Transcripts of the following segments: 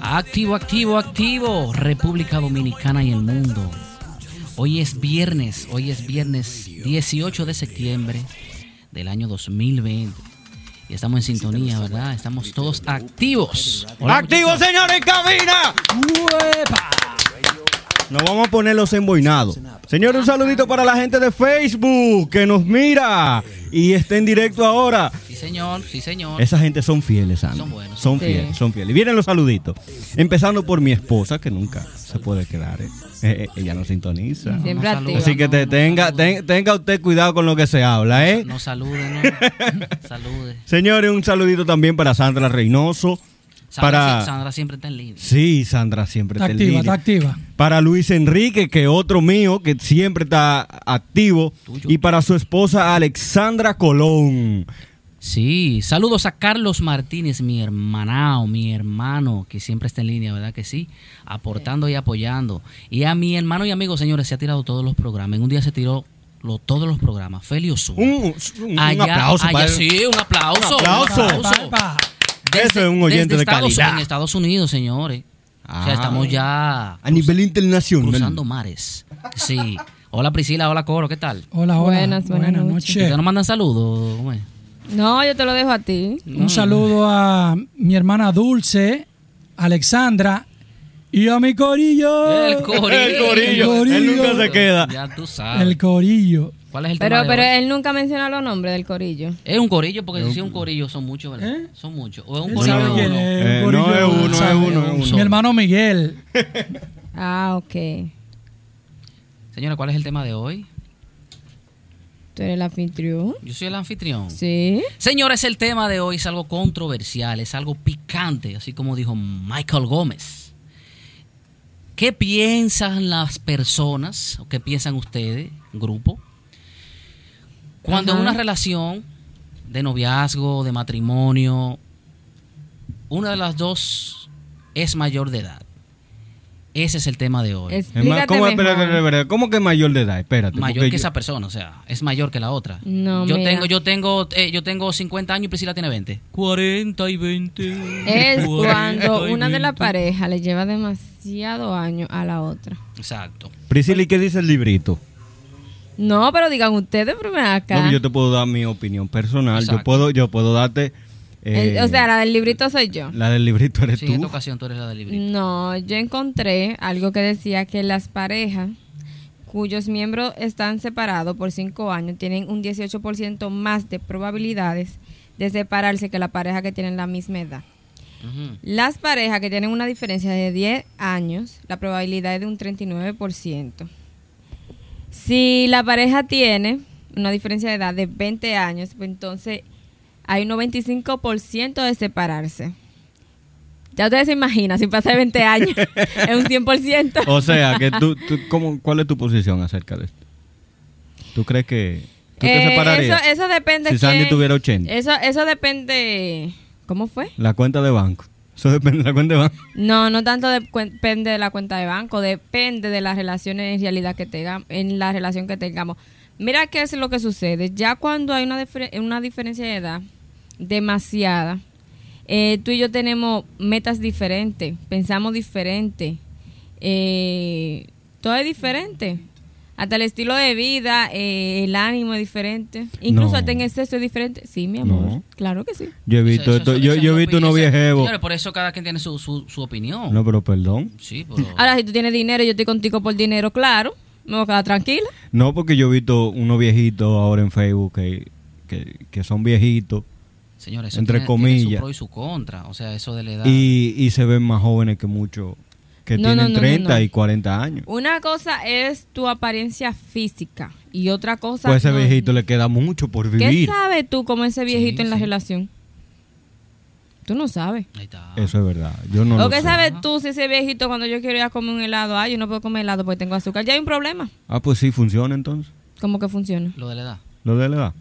Activo, activo, activo. República Dominicana y el mundo. Hoy es viernes, hoy es viernes 18 de septiembre del año 2020. Y estamos en sintonía, ¿verdad? Estamos todos activos. Hola, ¡Activo, muchachos. señores, en cabina! ¡Uepa! Nos vamos a poner los emboinados. Señores, un saludito para la gente de Facebook que nos mira y está en directo ahora. Sí, señor, sí, señor. Esa gente son fieles, Ana. Son buenos. Son Sí. fieles, son fieles. Y vienen los saluditos. Empezando por mi esposa, que nunca se puede quedar. eh. Eh, eh, ella no sintoniza. Siempre Nos saludan, activa. Así que te- nos tenga, saludan. ten- tenga usted cuidado con lo que se habla, ¿eh? No salude, no. salude. Señores, un saludito también para Sandra Reynoso. Sandra, para... sie- Sandra siempre está en línea. Sí, Sandra siempre Está en activa, línea. está activa. Para Luis Enrique, que otro mío, que siempre está activo. Tuyo. Y para su esposa Alexandra Colón. Sí, saludos a Carlos Martínez, mi hermanao, mi hermano, que siempre está en línea, ¿verdad que sí? Aportando y apoyando. Y a mi hermano y amigo, señores, se ha tirado todos los programas. En un día se tiró lo- todos los programas. Felio Sur. Un, un- un aplauso allá, para él. Sí, un aplauso. Un aplauso. aplauso. Epa, Eso es un oyente de Estados, calidad. En Estados Unidos, señores. O sea, Ah. estamos ya A nivel internacional. cruzando mares. Sí. Hola Priscila, hola Coro, ¿qué tal? Hola, hola. Buenas, buenas noches. ¿Ustedes nos mandan saludos? ¿Cómo es? No, yo te lo dejo a ti. Un saludo a mi hermana Dulce, Alexandra y a mi corillo. El corillo. El corillo. El Él nunca se queda. Ya tú sabes. El corillo. ¿Cuál es el Pero, tema de pero hoy? él nunca menciona los nombres del corillo. Es un corillo, porque si es un corillo son muchos, ¿verdad? Son muchos. O es un Él corillo sabe de quién uno. es, Eh, un no, corillo, es uno, sabe. es uno, es uno. Mi hermano Miguel. Ah, ok. Señora, ¿cuál es el tema de hoy? Tú eres el anfitrión. Yo soy el anfitrión. Sí. Señores, el tema de hoy es algo controversial, es algo picante, así como dijo Michael Gómez. ¿Qué piensan las personas, o qué piensan ustedes, grupo, cuando en Ajá. una relación de noviazgo, de matrimonio, una de las dos es mayor de edad? Ese es el tema de hoy. Es más, Explícate ¿Cómo, mejor. espérate, espérate, espérate, ¿cómo que mayor de edad? Espérate. mayor que porque yo- esa persona, o sea, es mayor que la otra. No, yo mira. tengo, yo tengo, eh, yo tengo 50 años y Priscila tiene 20. 40 y 20. Es cuando una de las parejas le lleva demasiado año a la otra. Exacto. Priscila, ¿y qué dice el librito? No, pero digan ustedes primero acá. No, yo te puedo dar mi opinión personal. Yo Exacto. puedo, yo puedo darte. eh, El- o sea, la del librito soy yo. la del librito eres Sí, en tú. esta ocasión tú eres la del Mm. librito. No, yo encontré algo que decía que las parejas cuyos miembros están separados por cinco años tienen un 18% más de probabilidades de separarse que la pareja que tienen la misma edad. Ujú. Las parejas que tienen una diferencia de 10 años, la probabilidad es de un 39%. Si la pareja tiene una diferencia de edad de 20 años, pues entonces hay un 95% de separarse. Ya ustedes se imaginan, si pasa de 20 años, es un 100%. O sea, que tú, tú- ¿cómo, ¿cuál es tu posición acerca de esto? ¿Tú crees que tú te Eh, separarías? Eso, eso depende eh, Si Sandy quién- tuviera 80. Eso, eso depende... ¿Cómo fue? La cuenta de banco. Eso depende de la cuenta de banco. No, no tanto depen- depende de la cuenta de banco, depende de las relaciones en realidad que tengamos, en la relación que tengamos. Mira qué es lo que sucede. Ya cuando hay una, difer- una diferencia de edad demasiada, eh, tú y yo tenemos metas diferentes, pensamos diferente, eh, todo es diferente. Hasta el estilo de vida, eh, el ánimo es diferente. Incluso No. hasta en exceso es diferente. Sí, mi amor. No. Claro que sí. Yo he visto Eso- esto, eso- yo, esa yo he es mi visto opinión. unos Esa- viejevos. Señores, por eso cada quien tiene su, su, su opinión. No, pero perdón. Sí, pero... Mm. Ahora, si tú tienes dinero y yo estoy contigo por dinero, claro, me voy a quedar tranquila. No, porque yo he visto unos viejitos ahora en Facebook que, que, que son viejitos Señores, eso Entre tiene- tiene su comillas. pro y su contra. O sea, eso de la edad... y, y se ven más jóvenes que muchos que No, no, tienen no, no, 30 no. y 40 años. Una cosa es tu apariencia física y otra cosa Pues ese no. viejito le queda mucho por ¿Qué vivir. sabe tú como ese viejito Sí, en la sí. relación? Tú no sabes. Ahí está. Eso es verdad. Yo no ¿O lo qué sé. sabes tú si ese viejito cuando yo quiero ir a comer un helado, ay, yo no puedo comer helado porque tengo azúcar? Ya hay un problema. Ah, pues sí, funciona entonces. ¿Cómo que funciona? Lo de la edad. Lo de la edad.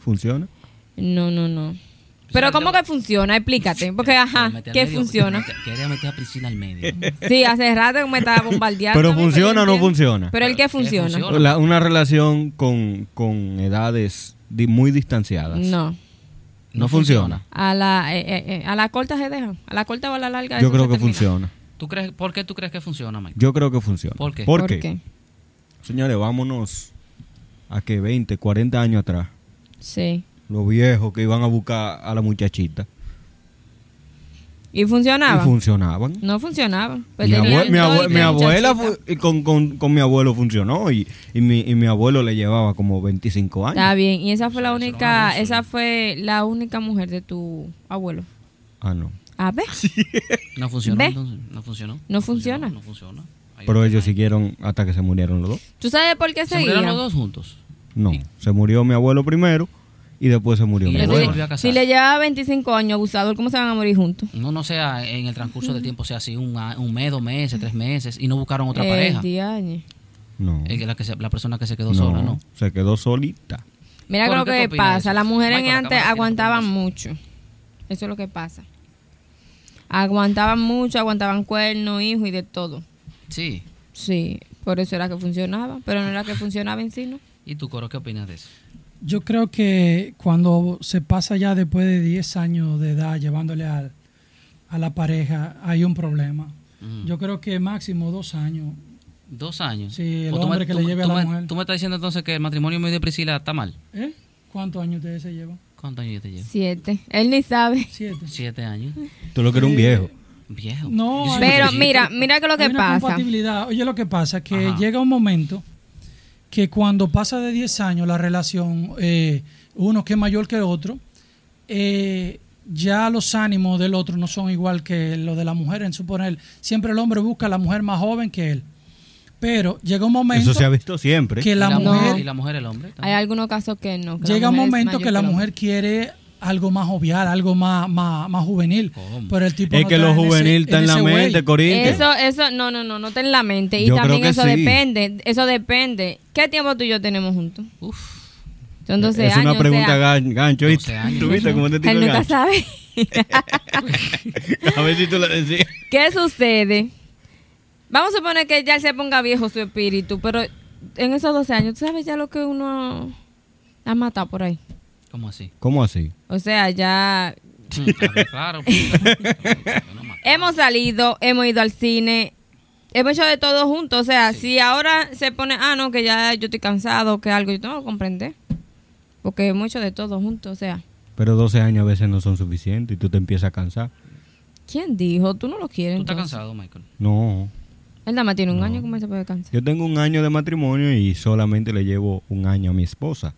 Funciona. No, no, no. Pero ¿cómo que funciona? Explícate. Porque, ajá, Meter al ¿qué medio- funciona? Quería meter a Priscila al medio. Sí, hace rato que me estaba bombardeando. Pero a mí, yo funciona o no entiendo. funciona. Pero el ¿Qué que funciona. funciona? La- una relación con, con edades di- muy distanciadas. No. No funciona. A la, eh, eh, eh, a la corta se dejan. A la corta o a la larga. Yo eso creo se que termina. funciona. ¿Tú crees, ¿Por qué tú crees que funciona, Mike? Yo creo que funciona. ¿Por qué? ¿Por qué? Señores, vámonos a que 20, 40 años atrás, Sí. los viejos que iban a buscar a la muchachita ¿Y funcionaba? y funcionaban. no funcionaba. Pues Mi, tenía abue- mi todo abue- y mi la abuela muchachita. fu- y con, con- con mi abuelo funcionó y, y mi, y mi abuelo le llevaba como 25 años. Está bien. Y esa fue la O sea, eso no única, abuso. esa fue la única mujer de tu abuelo. Ah, no. A ver. No funcionó, Ve. entonces. No funcionó. No funciona. No funciona. Ahí- Pero ellos siguieron hasta que se murieron los dos. ¿Tú sabes por qué ¿Se murieron los seguían? dos juntos? No, se murió mi abuelo primero y después se murió Y mi él se abuelo. volvió a casar. Si le llevaba 25 años abusador, ¿cómo se van a morir juntos? No, no sea en el transcurso Mm. del tiempo, sea así un, a- un mes, dos meses, tres meses, y no buscaron otra El pareja. Eh, diañe. No, El que- la, que se- la persona que se quedó no, sola, ¿no? se quedó solita. Mira Bueno, lo ¿qué tú que opinas de pasa. eso? Las mujeres Michael, la antes cámara tiene aguantaban problemas. mucho. Eso es lo que pasa. Aguantaban mucho, aguantaban cuernos, hijos y de todo. Sí. Sí, por eso era que funcionaba. Pero no era que funcionaba en sí, ¿no? ¿Y tú, Coro, qué opinas de eso? Yo creo que cuando se pasa ya después de 10 años de edad llevándole al- a la pareja, hay un problema. Mm. Yo creo que máximo dos años. Dos años. Sí, el O tú hombre que le tú lleve a tú la me- mujer. Tú me estás diciendo entonces que el matrimonio mío de Priscila está mal. ¿Eh? ¿Cuántos años ustedes se llevan? ¿Cuántos años yo te llevo? Siete. Él ni sabe. Siete. Siete años. Tú lo que era un viejo. Viejo. No, Yo soy muy Pero viejito. mira, mira que lo Hay que una pasa. compatibilidad. Oye, lo que pasa es que Ajá. llega un momento que cuando pasa de 10 años la relación, eh, uno que es mayor que otro, eh, ya los ánimos del otro no son igual que los de la mujer, en suponer. Siempre el hombre busca a la mujer más joven que él. Pero llega un momento Eso se ha visto ¿eh? siempre. que ¿Y la No. mujer ¿Y la mujer el hombre? Hay algunos casos que no. que la Llega un mujer es momento mayor que la el hombre. mujer quiere algo más jovial, algo más, más, más juvenil. ¿Cómo? Pero el tipo es no que está lo en ese- juvenil está en la ese way. mente, Corintia. Eso, eso, no, no, no, no está en la mente. Y Yo creo también que eso sí. depende. Eso depende. ¿Qué tiempo tú y yo tenemos juntos? Uf. Son 12 es años. una o pregunta sea, gan- gancho, ¿viste? 12 años. ¿Tú viste cómo te tiró Él el nunca gancho? sabe. A ver si tú lo decías. ¿Qué sucede? Vamos a suponer que ya él se ponga viejo su espíritu, pero en esos 12 años, ¿tú sabes ya lo que uno ha matado por ahí? ¿Cómo así? ¿Cómo así? O sea, ya Mm, a ver, claro. pues, no más. hemos salido, hemos ido al cine, hemos hecho de todo juntos. O sea, si ahora se pone, ah, no, que ya yo estoy cansado, que algo, yo tengo que comprender. Porque hemos hecho de todo juntos. O sea, Pero 12 años a veces no son suficientes y tú te empiezas a cansar. ¿quién dijo? Tú no lo quieres. Tú estás entonces. cansado, Michael. No. Él nada más tiene un año, ¿cómo él se puede cansar? Yo tengo un año de matrimonio y solamente le llevo un año a mi esposa.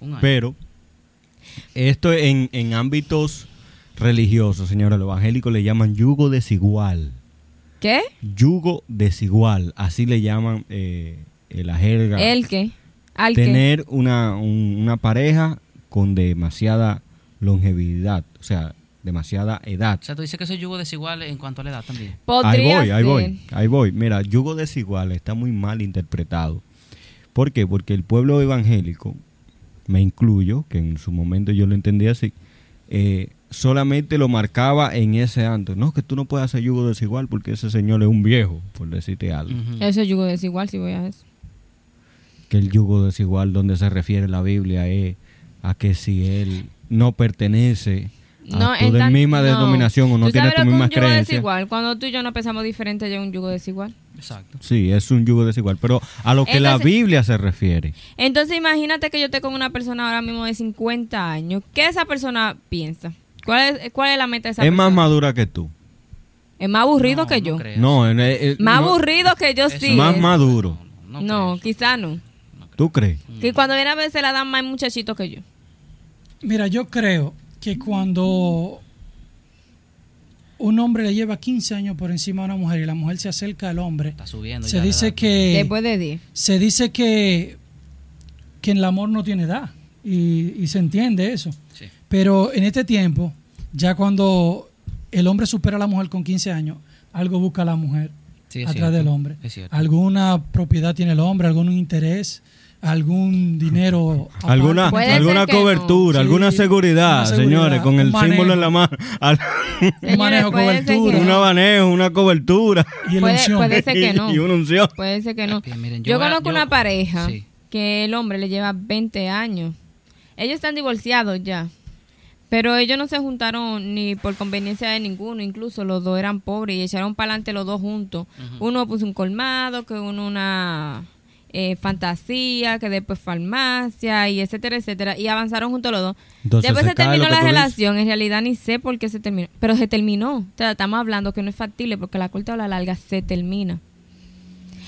Un año. Pero esto en, en ámbitos religiosos, señores, los evangélicos le llaman yugo desigual. ¿Qué? Yugo desigual, así le llaman eh, eh, la jerga. ¿El qué? ¿Al qué? tener una, un- una pareja con demasiada longevidad, o sea, demasiada edad. O sea, tú dices que soy yugo desigual en cuanto a la edad también. Ahí Podría voy, ahí ser. voy, ahí voy. Mira, yugo desigual está muy mal interpretado. ¿Por qué? Porque el pueblo evangélico, me incluyo, que en su momento yo lo entendía así, eh, solamente lo marcaba en ese anto. No, que tú no puedes hacer yugo desigual porque ese señor es un viejo, por decirte algo. Ujú. Eso es yugo desigual, si voy a eso. que el yugo desigual donde se refiere la Biblia es a que si él no pertenece a tu Ah, de tan- misma no. denominación o no ¿Tú tiene sabes tu lo que misma un yugo creencia. desigual? Cuando tú y yo no pensamos diferente, ya es un yugo desigual. Exacto. Sí, es un yugo desigual, pero a lo que la Entonces- Biblia se refiere. Entonces, imagínate que yo esté con una persona ahora mismo de 50 años. ¿Qué esa persona piensa? ¿Cuál es, cuál es la meta de esa Es persona? más madura que tú. es más aburrido No, que no yo. creo. No, en- eh, eh, más no- aburrido que yo sí. más es. maduro. No, creo. Mm. quizá no. ¿Tú crees? Que cuando viene a ver se la dan más muchachitos que yo. Mira, yo creo que cuando un hombre le lleva 15 años por encima a una mujer y la mujer se acerca al hombre, Está subiendo. se ya la dice edad. que Después de 10. se dice que que en el amor no tiene edad y, y se entiende eso. Sí. Pero en este tiempo, ya cuando el hombre supera a la mujer con 15 años, algo busca la mujer Sí, es atrás cierto, del hombre. es cierto. Alguna propiedad tiene el hombre, algún interés, algún dinero. aparte. Alguna, Puede ser alguna que no. cobertura, Sí, alguna seguridad, una seguridad, señores, con el un manejo. símbolo en la mano, al- Un manejo, puede ser que cobertura, un no. manejo, una cobertura Y el Puede, unción. puede ser que no. y una unción. Puede ser que no. Bien, miren, yo, yo voy a- conozco yo- una pareja sí. que el hombre le lleva 20 años. Ellos están divorciados ya. Pero ellos no se juntaron ni por conveniencia de ninguno, incluso los dos eran pobres y echaron para adelante los dos juntos. Uno puso un colmado, que uno una eh, fantasía, que después farmacia y etcétera, etcétera. Y avanzaron juntos los dos. Entonces, después se se cae terminó lo que la tú dices. relación, en realidad ni sé por qué se terminó, pero se terminó. O sea, estamos hablando que no es factible porque la corta o la larga se termina.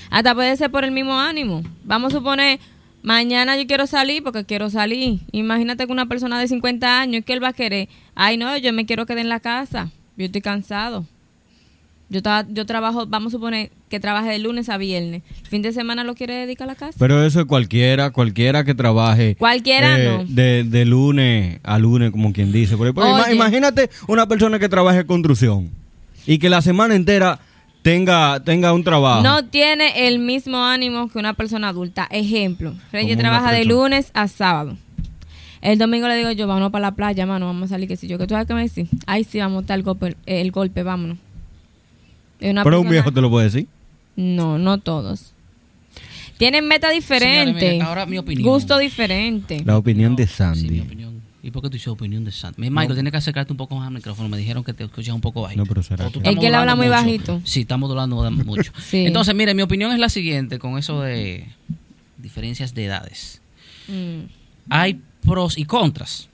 Hasta puede ser por el mismo ánimo. Vamos a suponer, mañana yo quiero salir porque quiero salir. Imagínate que una persona de 50 años, ¿qué él va a querer? Ay, no, yo me quiero quedar en la casa. Yo estoy cansado. Yo, ta- yo trabajo, vamos a suponer que trabaje de lunes a viernes. Fin de semana lo quiere dedicar a la casa. Pero eso es cualquiera, cualquiera que trabaje. Cualquiera eh, no. De, de lunes a lunes, como quien dice. Porque, pues, ima- Oye. imagínate una persona que trabaje en construcción y que la semana entera tenga, tenga un trabajo. No tiene el mismo ánimo que una persona adulta. Ejemplo, Reyes una trabaja de persona. lunes a sábado. El domingo le digo yo, vámonos para la playa, mano, vamos a salir, que si yo, que tú sabes que me decís. Ay, sí, vamos a dar el golpe, el golpe vámonos. Es una Pero un persona- viejo te lo puede decir. No, no todos. Tienen meta diferente, Señores, miren, ahora mi opinión. gusto diferente. La opinión de Sí, Sandy. mi opinión. ¿Y por qué tú dices opinión de Sandy? Mi- Michael, tienes que acercarte un poco más al micrófono. Me dijeron que te escuchas un poco bajito. No, pero será O tú que- estás Es que él habla muy modulando bajito. Sí, estamos hablando mucho. Sí. Entonces, mire, mi opinión es la siguiente con eso de diferencias de edades. Mm. Hay pros y contras.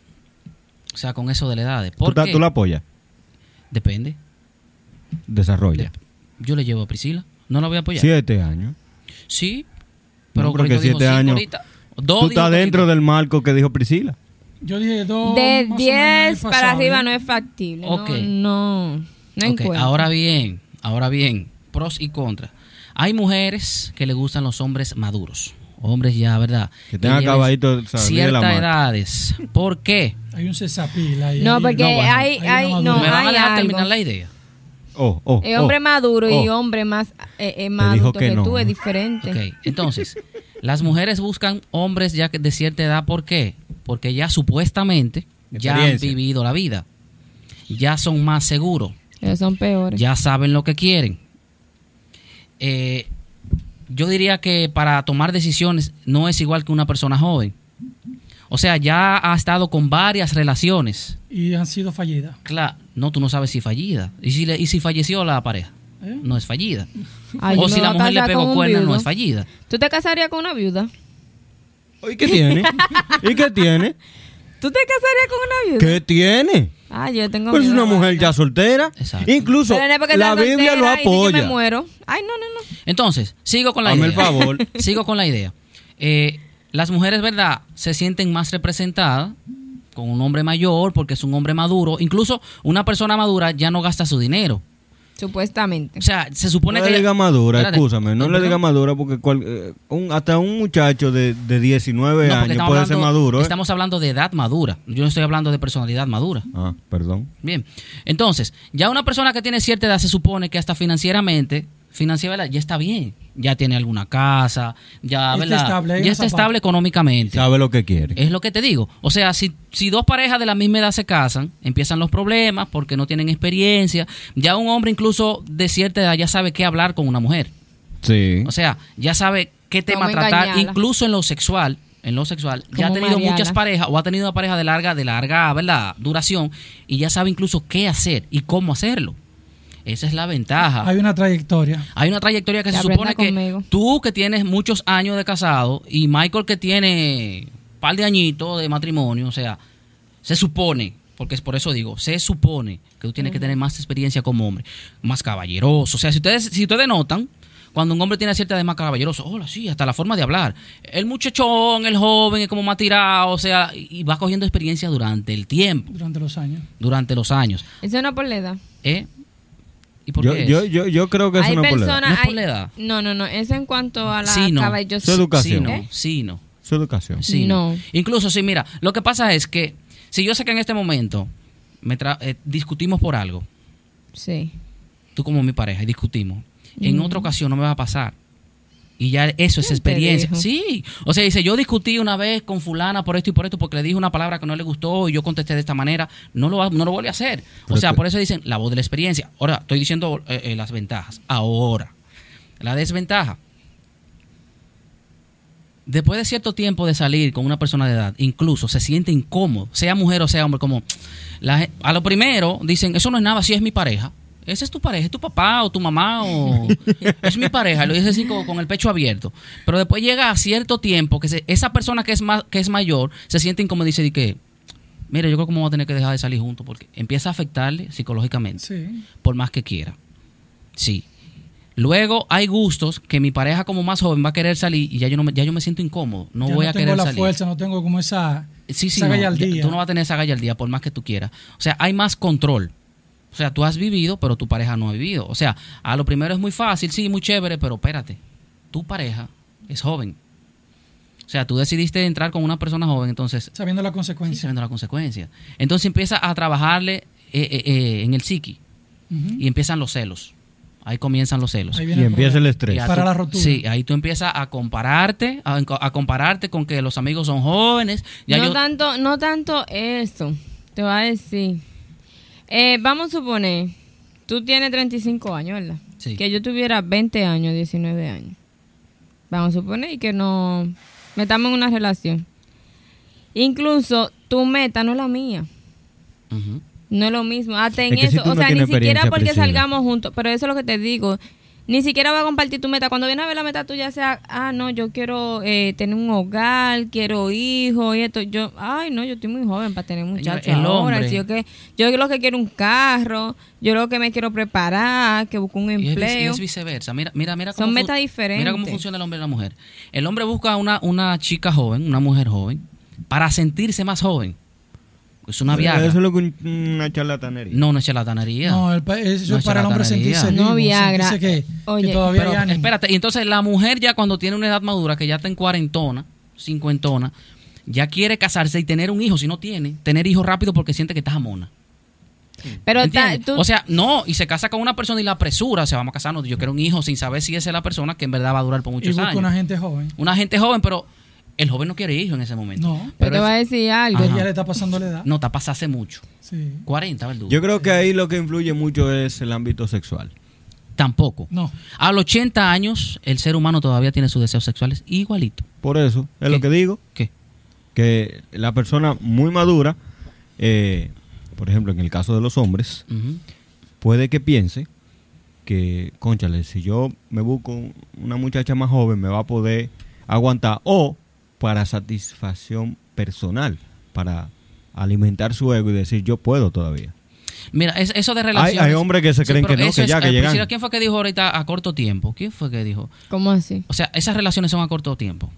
O sea, con eso de las edades. ¿Tú, ¿Por ta- qué? tú la apoyas, Depende. desarrolla. Yo le llevo a Priscila. No la voy a apoyar. Sí. Siete años. pero No, porque Corito dijo siete cinco años- ahorita. Dos Tú dijo estás dentro Corito. del marco que dijo Priscila. Yo dije dos. De más o menos ¿eh? 10 es para pasable. arriba no es factible. Ok. No, no, no Ok, encuentro. Ahora bien, ahora bien, pros y contras. Hay mujeres que le gustan los hombres maduros, hombres ya, ¿verdad? Que tengan lleven acabadito de salir de la Ciertas mata. edades. ¿Por qué? Hay un cesapil ahí. No, ahí. porque No, bueno, hay, ahí hay, no no, madura. ¿Me van a hay dejar algo. terminar la idea? Oh, oh, El hombre oh. maduro y Oh. hombre más, eh, eh, más dijo adulto que que, no. tú es diferente. Ok, entonces, las mujeres buscan hombres ya que de cierta edad, ¿por qué? Porque ya supuestamente ya han Experiencia. vivido la vida, ya son más seguros, Ellos son peores. ya saben lo que quieren. Eh, yo diría que para tomar decisiones no es igual que una persona joven. O sea, ya ha estado con varias relaciones. Y han sido fallidas. Claro, no, tú no sabes si fallida. ¿Y si, le- y si falleció la pareja? ¿eh? No es fallida. Ay, Ah, yo o me si voy la a mujer le casar con pegó un cuerno, no viudo. es fallida. ¿Tú te casarías con una viuda? ¿Y qué tiene? ¿Y qué tiene? ¿Tú te casarías con una viuda? ¿Qué tiene? Ah, yo tengo Pues es miedo, una mujer vaina. ya soltera. Exacto. Incluso Pero no es porque la sea Biblia lo soltera y di que me apoya. muero. Ay, no, no, no. Entonces, sigo con la Hazme idea. el favor. Sigo con la idea. Eh, las mujeres, ¿verdad? Se sienten más representadas con un hombre mayor porque es un hombre maduro. Incluso una persona madura ya no gasta su dinero. Supuestamente. O sea, se supone no que... le diga madura, Espérate. escúchame, no le ¿Perdón? diga madura porque cual- eh, un- hasta un muchacho de, de 19 No, porque años estamos puede ser hablando- maduro. ¿eh? Estamos hablando de edad madura. Yo no estoy hablando de personalidad madura. Ah, perdón. Bien. Entonces, ya una persona que tiene cierta edad se supone que hasta financieramente, financieramente ya está bien. Ya tiene alguna casa, ya, Está ¿verdad? estable, hay ya unos está zapatos. estable económicamente. Sabe lo que quiere. Es lo que te digo. O sea, si, si dos parejas de la misma edad se casan, empiezan los problemas porque no tienen experiencia. Ya un hombre incluso de cierta edad ya sabe qué hablar con una mujer. Sí. O sea, ya sabe qué tema tratar, engañarla. incluso en lo sexual. En lo sexual, ya ha Como tenido Mariana. muchas parejas o ha tenido una pareja de larga, de larga, ¿verdad? Duración y ya sabe incluso qué hacer y cómo hacerlo. Esa es la ventaja. Hay una trayectoria. Hay una trayectoria que Que se aprenda supone que conmigo. tú que tienes muchos años de casado y Michael que tiene un par de añitos de matrimonio, o sea, se supone, porque es por eso digo, se supone que tú tienes que tener más experiencia como hombre, más caballeroso. O sea, si ustedes, si ustedes notan, cuando un hombre tiene cierta edad más caballeroso, hola, sí, hasta la forma de hablar. El muchachón, el joven, es como más tirado, o sea, y y va cogiendo experiencia durante el tiempo, durante los años. durante los años. Eso no es por la edad. ¿eh? ¿Y por Yo, qué es? yo, yo, yo creo que es Hay una polea. No es personas... por hay- la edad. No, no, no. Eso en cuanto a la Sí, no. caballos- Su educación. Sí, no, ¿Eh? sí, no. Su educación. Sí. No. Incluso, sí, mira, lo que pasa es que si yo sé que en este momento me tra- eh, discutimos por algo, Sí. tú como mi pareja, y discutimos, en otra ocasión no me va a pasar. Y ya eso es ¿Quién te experiencia. dijo? Sí. O sea, dice, yo discutí una vez con fulana por esto y por esto porque le dije una palabra que no le gustó y yo contesté de esta manera. No lo, va- no lo vuelve a hacer. o Pero sea, te- por eso dicen la voz de la experiencia. Ahora, estoy diciendo eh, eh, las ventajas. Ahora, la desventaja. después de cierto tiempo de salir con una persona de edad, incluso se siente incómodo, sea mujer o sea hombre, como la gen- a lo primero dicen, eso no es nada, si es mi pareja. Esa es tu pareja, es tu papá o tu mamá o es mi pareja, lo dice así como con el pecho abierto. Pero después llega a cierto tiempo que se- esa persona que es más que es mayor se siente incómoda y dice de que mira, yo creo que me voy a tener que dejar de salir juntos porque empieza a afectarle psicológicamente Sí. por más que quiera. Sí. Luego hay gustos que mi pareja como más joven va a querer salir y ya yo no me, ya yo me siento incómodo, no Ya voy no a tengo querer la salir. fuerza, no tengo como esa, Sí, sí, esa no, gallardía. ya- tú no vas a tener esa gallardía por más que tú quieras. O sea, hay más control. O sea, tú has vivido, pero tu pareja no ha vivido. O sea, a lo primero es muy fácil, sí, muy chévere, pero espérate, tu pareja es joven. O sea, tú decidiste entrar con una persona joven, entonces Sabiendo la sí, consecuencia. sabiendo la consecuencia. Entonces empieza a trabajarle eh, eh, eh, en el psiqui Ujú. y empiezan los celos. Ahí comienzan los celos. Ahí Y viene el empieza el problema. estrés. Y a Para tú- la rotura. Sí, ahí tú empiezas a compararte, a, a compararte con que los amigos son jóvenes. Ya no yo, tanto, no tanto eso. Te voy a decir. Eh, vamos a suponer, tú tienes 35 años, ¿verdad? Sí. Que yo tuviera 20 años, 19 años. Vamos a suponer y que no metamos en una relación. Incluso tu meta no es la mía. Ujú. No es lo mismo. Hasta en Es que si eso. tú o no sea, ni tienes siquiera experiencia, porque Priscila. salgamos juntos. Pero eso es lo que te digo. Ni siquiera va a compartir tu meta. Cuando viene a ver la meta tuya, sea, ah, no, yo quiero eh, tener un hogar, quiero hijos y esto. Yo, ay, no, yo estoy muy joven para tener muchachos el ahora. hombre. así yo, que, yo lo que quiero un carro, yo lo que me quiero preparar, que busco un Y es, vice- y empleo. es viceversa. Mira, mira, mira Son fu- metas diferentes. Mira cómo funciona el hombre y la mujer. El hombre busca una, una chica joven, una mujer joven, para sentirse más joven. Es una viagra. Eso es lo que un- una charlatanería. No, no es charlatanería. No, el pa- eso No es para el hombre charlatanería. sentirse No vivo, Viagra. Eh, sentirse que, Oye, que todavía Pero, hay ánimo. espérate, y entonces la mujer ya cuando tiene una edad madura, que ya está en cuarentona, cincuentona, ya quiere casarse y tener un hijo, si no tiene, tener hijos rápido porque siente que está jamona. Pero ta- ¿entiendes? tú, O sea, no, y se casa con una persona y la apresura, o sea, vamos a casarnos, yo quiero un hijo sin saber si esa es la persona que en verdad va a durar por y muchos busca años. una Una... gente joven. gente joven, pero el joven no quiere hijo en ese momento. No. pero te pero voy a es- decir algo. Que Ajá. ya le está pasando la edad. No, te pasa hace mucho. Sí. 40, ¿verdad? Yo creo que ahí lo que influye mucho es el ámbito sexual. Tampoco. No. A los 80 años, el ser humano todavía tiene sus deseos sexuales igualito. Por eso, es ¿Qué? lo que digo, ¿Qué? que la persona muy madura, eh, por ejemplo, en el caso de los hombres, Ujú. puede que piense que, conchale, si yo me busco una muchacha más joven, me va a poder aguantar. O para satisfacción personal, para alimentar su ego y decir, yo puedo todavía. Mira, es- eso de relaciones. Hay- hay hombres que se creen pero que no, eso que ya, que eh, llegan. Priscila, ¿Quién fue que dijo ahorita a corto tiempo? ¿Quién fue que dijo? ¿Cómo así? O sea, esas relaciones son a corto tiempo,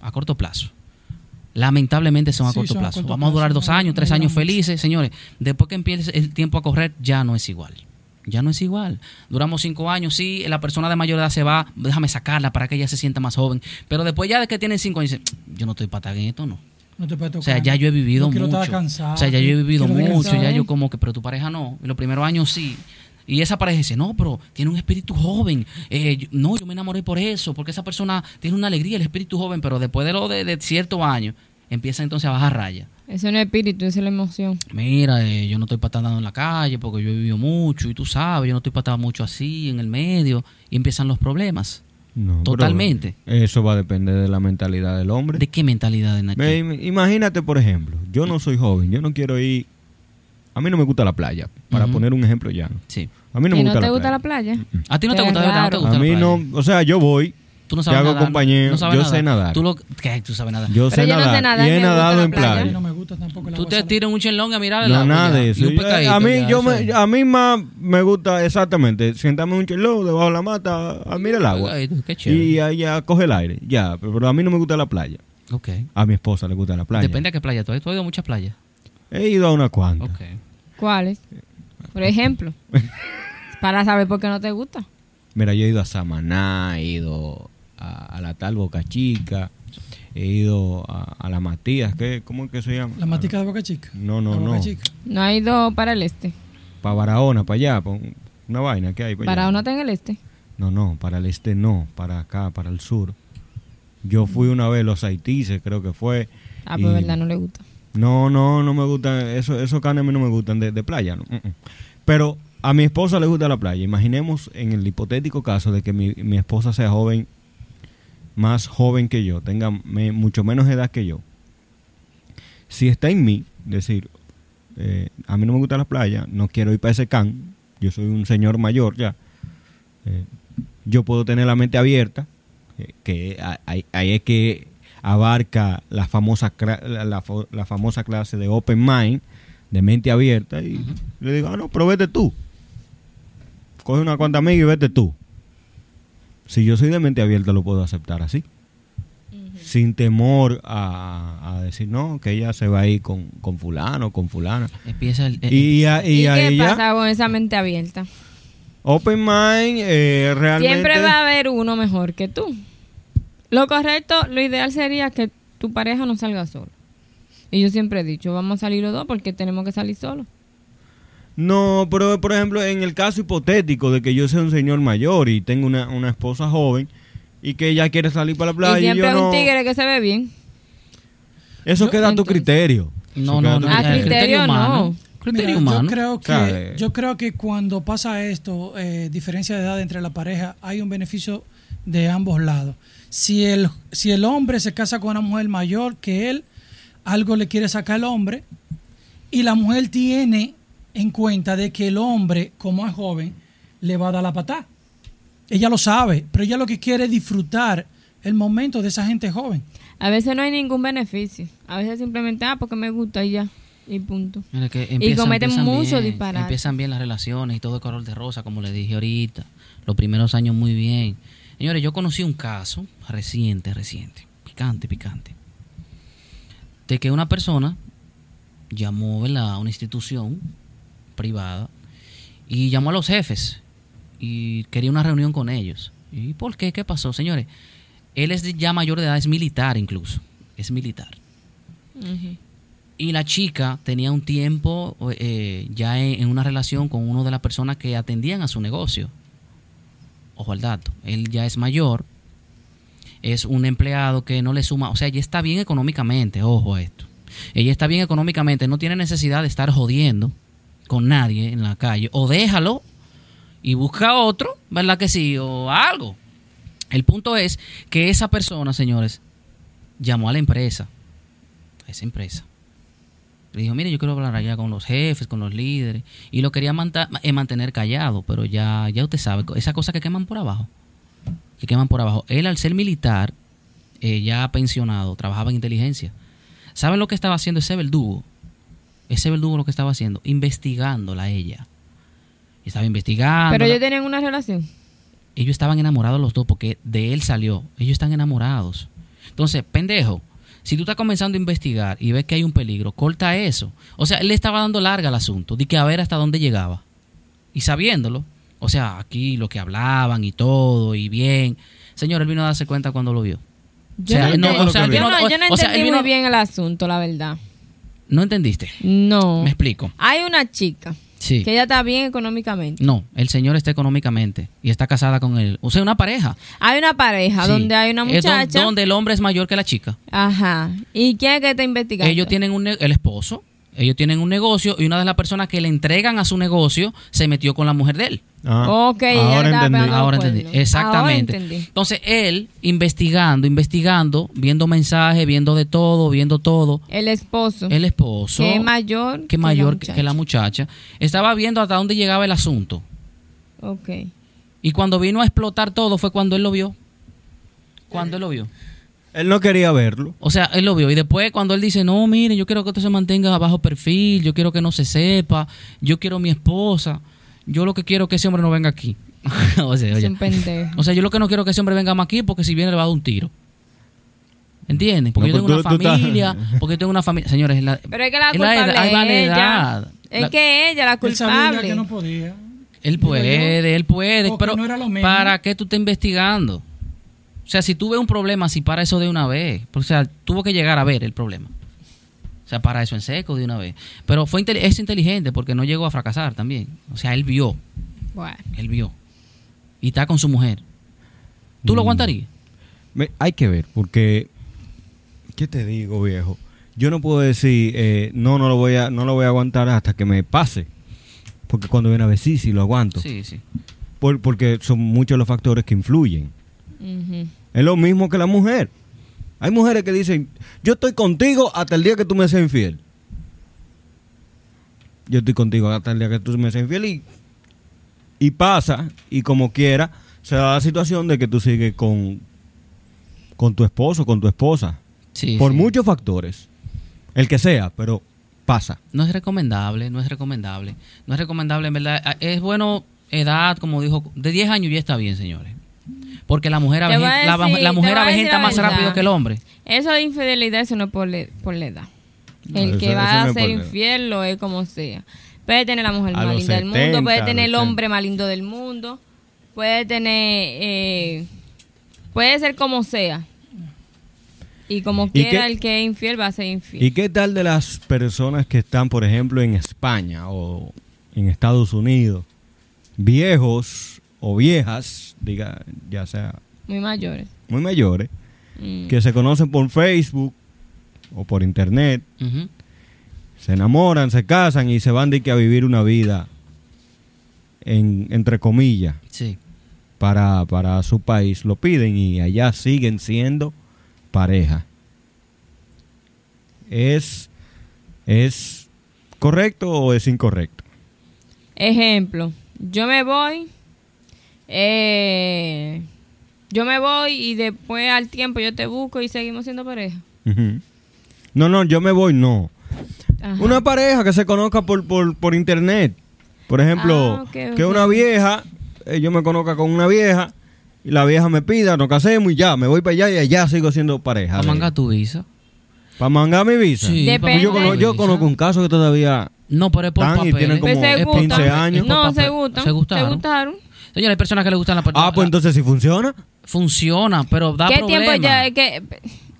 a corto plazo. Lamentablemente son a Sí, corto son a plazo. corto Vamos a durar plazo, dos no- años, no tres duran años mucho. felices, señores. Después que empiece el tiempo a correr, ya no es igual. Ya no es igual. Duramos cinco años, sí, la persona de mayor edad se va, déjame sacarla para que ella se sienta más joven. Pero después ya de que tienen cinco años, dicen, yo no estoy para estar en esto, no. No te puede tocar. O sea, ya yo he vivido Yo quiero mucho. estar cansado. o sea, ya yo he vivido Quiero estar mucho, ya cansado. yo como que, pero tu pareja no. Y los primeros años sí. Y esa pareja dice, no, pero tiene un espíritu joven. Eh, yo- no, yo me enamoré por eso, porque esa persona tiene una alegría, el espíritu joven, pero después de lo de, de cierto año, empieza entonces a bajar raya. Eso no es espíritu, eso es la emoción. Mira, eh, yo no estoy para estar andando en la calle porque yo he vivido mucho y tú sabes, yo no estoy para estar mucho así en el medio. Y empiezan los problemas. No, pero Totalmente. Eso va a depender de la mentalidad del hombre. ¿De qué mentalidad de Nacho? Ve, im- imagínate, por ejemplo, yo no soy joven, yo no quiero ir... A mí no me gusta la playa, para Ujú. poner un ejemplo ya. Sí. A mí no ¿Y me no gusta, te la, gusta playa. la playa? ¿A ti no te Qué gusta, verdad? ¿No te raro. gusta A la mí playa? no, o sea, yo voy, Tú no Te sabes hago nadar, compañía, no sabes yo sé nadar. Tú, lo, ¿qué? tú sabes nadar. yo sé Pero yo no sé nadar, nadar, y ni he me gusta nadado la en playa. playa. A mí no me gusta tampoco la Tú te guasa- tiras un chelón a mirar al No, agua nada ya, de y eso. un Yo- eh, pecadito, a mí ya, yo eso me, es. a mí más me gusta exactamente sentarme en un chelo debajo de la mata a mirar el agua Pecadito, qué chévere. y ahí ya coge el aire. Ya, pero a mí no me gusta la playa. Ok. A mi esposa le gusta la playa. Depende a qué playa. Tú has, tú has ido a muchas playas. He ido a una cuanta. Ok. ¿Cuáles? Por ejemplo. Para saber por qué no te gusta. Mira, yo he ido a Samaná, he ido a, a la tal Boca Chica, he ido a, a la Matías, ¿qué? ¿cómo es que se llama? La matica de Boca Chica. No, no, La Boca no. Chica. No ha ido para el este. Para Barahona, para allá, para una vaina que hay. pa' allá. Para uno está en el este. No, no, para el este no, para acá, para el sur. Yo fui una vez a los Haitises, creo que fue. Ah, y- pues verdad, no le gusta. No, no, no me gustan, eso, esos canes a mí no me gustan de, de playa, no. Mm, mm. Pero a mi esposa le gusta la playa. Imaginemos en el hipotético caso de que mi, mi esposa sea joven más joven que yo, tenga me- mucho menos edad que yo, si está en mí, decir, eh, a mí no me gusta la playa, no quiero ir para ese can, yo soy un señor mayor ya, eh, yo puedo tener la mente abierta, eh, que a- ahí, ahí es que abarca la famosa, cra- la, la fo- la famosa clase de open mind, de mente abierta, y le digo, ah, no, pero vete tú, coge una cuanta amiga y vete tú. Si yo soy de mente abierta, lo puedo aceptar así sin temor a, a decir no, que ella se va a ir con, con fulano, con fulana. Empieza el, eh, Y a, y ¿Y, a qué ella, pasa con esa mente abierta? open mind, eh, realmente... Siempre va a haber uno mejor que tú. Lo correcto, lo ideal sería que tu pareja no salga sola. Y yo siempre he dicho, vamos a salir los dos porque tenemos que salir solos. No, pero por ejemplo, en el caso hipotético de que yo sea un señor mayor y tengo una, una esposa joven y que ella quiere salir para la playa y y, siempre yo es un no... tigre que se ve bien. Eso queda a tu Entonces- criterio. Eso no, queda no, no, a tu A eh, Ah, criterio no. humano. Criterio Mira, humano. Yo creo que, Sabe. yo creo que cuando pasa esto, eh, diferencia de edad entre la pareja, hay un beneficio de ambos lados. Si el, si el hombre se casa con una mujer mayor que él, algo le quiere sacar al hombre, y la mujer tiene en cuenta de que el hombre, como es joven, le va a dar la patada. Ella lo sabe, pero ella lo que quiere es disfrutar el momento de esa gente joven. A veces no hay ningún beneficio. A veces simplemente, ah, porque me gusta y ya. Y punto. Mira que empiezan- cometen empiezan mucho bien, disparate. Empiezan bien las relaciones y todo de color de rosa, como les dije ahorita. Los primeros años muy bien. Señores, yo conocí un caso reciente, reciente, picante, picante, de que una persona llamó ¿verdad? a una institución privada y llamó a los jefes y quería una reunión con ellos. ¿Y por qué? ¿Qué pasó? Señores, él es de- ya mayor de edad, es militar incluso, es militar. Ujú. Y la chica tenía un tiempo eh, ya en, en una relación con una de las personas que atendían a su negocio. Ojo al dato, él ya es mayor, es un empleado que no le suma, o sea, ella está bien económicamente, ojo a esto. Ella está bien económicamente, no tiene necesidad de estar jodiendo con nadie en la calle. O déjalo y busca otro, ¿verdad que sí? O algo. El punto es que esa persona, señores, llamó a la empresa, a esa empresa. Le dijo, mire, yo quiero hablar allá con los jefes, con los líderes. Y lo quería manta- eh, mantener callado, pero ya, ya usted sabe, co- esas cosas que queman por abajo. Que queman por abajo. Él, al ser militar, eh, ya pensionado, trabajaba en inteligencia. ¿Saben lo que estaba haciendo ese verdugo? Ese verdugo lo que estaba haciendo, investigándola a ella. Estaba investigando. Ah, Pero ellos tenían una relación. Ellos estaban enamorados los dos porque de él salió. Ellos están enamorados. Entonces, pendejo, si tú estás comenzando a investigar y ves que hay un peligro, corta eso. O sea, él le estaba dando larga al asunto, de que a ver hasta dónde llegaba. Y sabiéndolo, o sea, aquí lo que hablaban y todo, y bien. Señor, él vino a darse cuenta cuando lo vio. Yo sea, no no, enten- o sea, yo él vino- no- yo no o sea, él entendí muy vino- bien el asunto, la verdad. ¿No entendiste? No. Me explico. Hay una chica Sí. que ella está bien económicamente. No, el señor está económicamente y está casada con él. O sea, una pareja. Hay una pareja Mm. Sí. donde hay una Es don- muchacha. donde el hombre es mayor que la chica. Ajá. ¿Y quién es que está investigando? Ellos tienen un ne- el esposo, ellos tienen un negocio y una de las personas que le entregan a su negocio se metió con la mujer de él. Ah, Ok, ya ahora estaba entendí. pegando. Ah, Ahora bueno. entendí. Exactamente. Ahora entendí. Entonces él investigando, investigando, viendo mensajes, viendo de todo, viendo todo. El esposo. El esposo, que es mayor. que mayor que- muchacha. que la muchacha, estaba viendo hasta dónde llegaba el asunto. Ok. Y cuando vino a explotar todo fue cuando él lo vio. Cuando él lo vio. Él no quería verlo. O sea, él lo vio. Y después cuando él dice, no, miren, yo quiero que esto se mantenga bajo perfil, yo quiero que no se sepa, yo quiero mi esposa, yo lo que quiero es que ese hombre no venga aquí. o, sea, Es oye. un pendejo. o sea, yo lo que no quiero es que ese hombre venga más aquí porque si viene le va a dar un tiro. ¿Entienden? Porque No, yo pues tengo una tú- tú estás- familia, porque yo tengo una familia. Señores, es la, Pero es que la es la culpable edad- ahí va la es ella. edad. Es La- que ella la Él sabía culpable. que no podía. Él Digo puede, él puede, porque pero no era lo mismo. ¿para qué tú estás investigando? O sea, si tú ves un problema, si para eso de una vez. O sea, tuvo que llegar a ver el problema. O sea, para eso en seco de una vez. Pero fue intel- es inteligente porque no llegó a fracasar también. O sea, él vio, Bueno. él vio. Y está con su mujer. ¿Tú lo Mm. aguantarías? Me- hay que ver, porque ¿qué te digo, viejo? Yo no puedo decir, eh, no, no lo voy a, no lo voy a aguantar hasta que me pase, porque cuando viene a ver sí, sí lo aguanto, Sí, sí. Por- porque son muchos los factores que influyen. Ujú. Es lo mismo que la mujer. Hay mujeres que dicen, yo estoy contigo hasta el día que tú me seas infiel. Yo estoy contigo hasta el día que tú me seas infiel y, y pasa, y como quiera, se da la situación de que tú sigues con, con tu esposo, con tu esposa. Sí, por sí. muchos factores. El que sea, pero pasa. No es recomendable, no es recomendable. No es recomendable, en verdad. Ah, Es bueno edad, como dijo, de 10 años ya está bien, señores. Porque la mujer, Te voy a avejen- la, va- decir- la te mujer voy a decir avejenta la más verdad. rápido que el hombre. Eso de infidelidad, eso no es por, le- por la edad. El No, que eso- eso va no a es ser por la edad. infiel lo es como sea. Puede tener la mujer A más los linda del 70, mundo, puede tener el 80. hombre más lindo del mundo, puede tener... eh, puede ser como sea. Y como qué- quiera, el que es infiel va a ser infiel. ¿Y qué tal de las personas que están, por ejemplo, en España o en Estados Unidos? Viejos o viejas, diga, ya sea Muy mayores. muy mayores, Mm. que se conocen por Facebook o por internet, Ujú. se enamoran, se casan y se van de que a vivir una vida en, entre comillas Sí. para, para su país, lo piden y allá siguen siendo pareja. ¿Es, es correcto o es incorrecto? Ejemplo, yo me voy, eh, yo me voy y después al tiempo yo te busco y seguimos siendo pareja. Ujú. No, no, yo me voy, no. Ajá. Una pareja que se conozca por, por, por internet. Por ejemplo, Ah, ok, que ok. una vieja, eh, yo me conozca con una vieja y la vieja me pida, nos casemos y ya, me voy para allá y allá sigo siendo pareja. ¿Va a mangar tu visa? Para mangar mi visa. Sí, Depende. pa' mangar Yo, cono- tu yo visa. conozco un caso que todavía No, pero es por Tan y papeles. tienen como Pues se Es por 15 papeles, gustan. es años. por No, se papeles. gustan. Se gustaron. Señores, hay personas que les gustan las personas. Ah, pues entonces si funciona. Funciona, pero da ¿Qué problema. tiempo ya? Es que...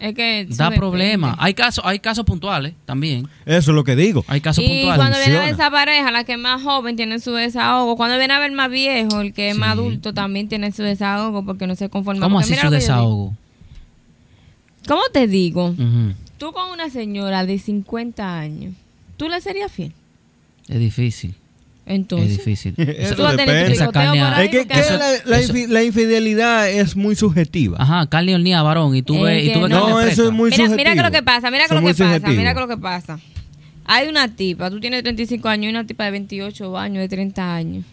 Es que eso Da depende. problema. Hay casos, hay casos puntuales también. Eso es lo que digo. Hay casos Y puntuales. cuando viene a ver Funciona. esa pareja, la que es más joven tiene su desahogo. Cuando viene a ver más viejo, el que es más Sí. adulto también tiene su desahogo porque no se conforma. ¿Cómo Porque así mira su lo que yo digo. desahogo? Mm. ¿Cómo te digo? Ujú. Tú con una señora de 50 años, ¿tú le serías fiel? Es difícil. Entonces... es difícil. Eso Tú vas a tener tu depende. Esa picoteo carne- por ahí, Es que, porque que Eso- la, la eso- infi- la infidelidad es muy subjetiva. Ajá, carne horneada, varón. Y tú Eh, ves, y que tú ves no, carne eso fresca. es muy mira, subjetivo. mira que lo que pasa, mira Eso que es lo que muy pasa, subjetivo. mira que lo que pasa. Hay una tipa, tú tienes 35 años y una tipa de 28 años, de 30 años.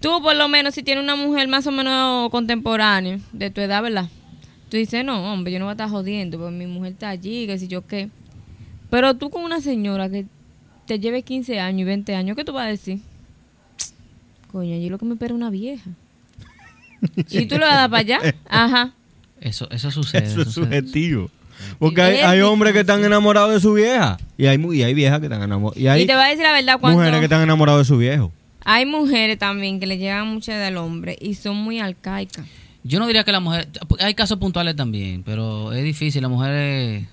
Tú por lo menos si tienes una mujer más o menos contemporánea, de tu edad, ¿verdad? Tú dices, no, hombre, yo no voy a estar jodiendo, porque mi mujer está allí, que si yo qué. Pero tú con una señora que te lleve 15 años y 20 años, ¿qué tú vas a decir? Coño, allí lo que me espera es una vieja. Y tú lo vas a dar para allá, ajá. Eso, eso sucede. Eso es sucede. subjetivo. Porque hay, Es hay hombres que difícil. están enamorados de su vieja. Y hay, mu- y hay viejas que están enamoradas. Y hay y te voy a decir la verdad cuando mujeres que están enamoradas de su viejo. hay mujeres también que le llegan mucha del hombre y son muy arcaicas. Yo no diría que la mujer. Hay casos puntuales también, pero es difícil. La mujer es.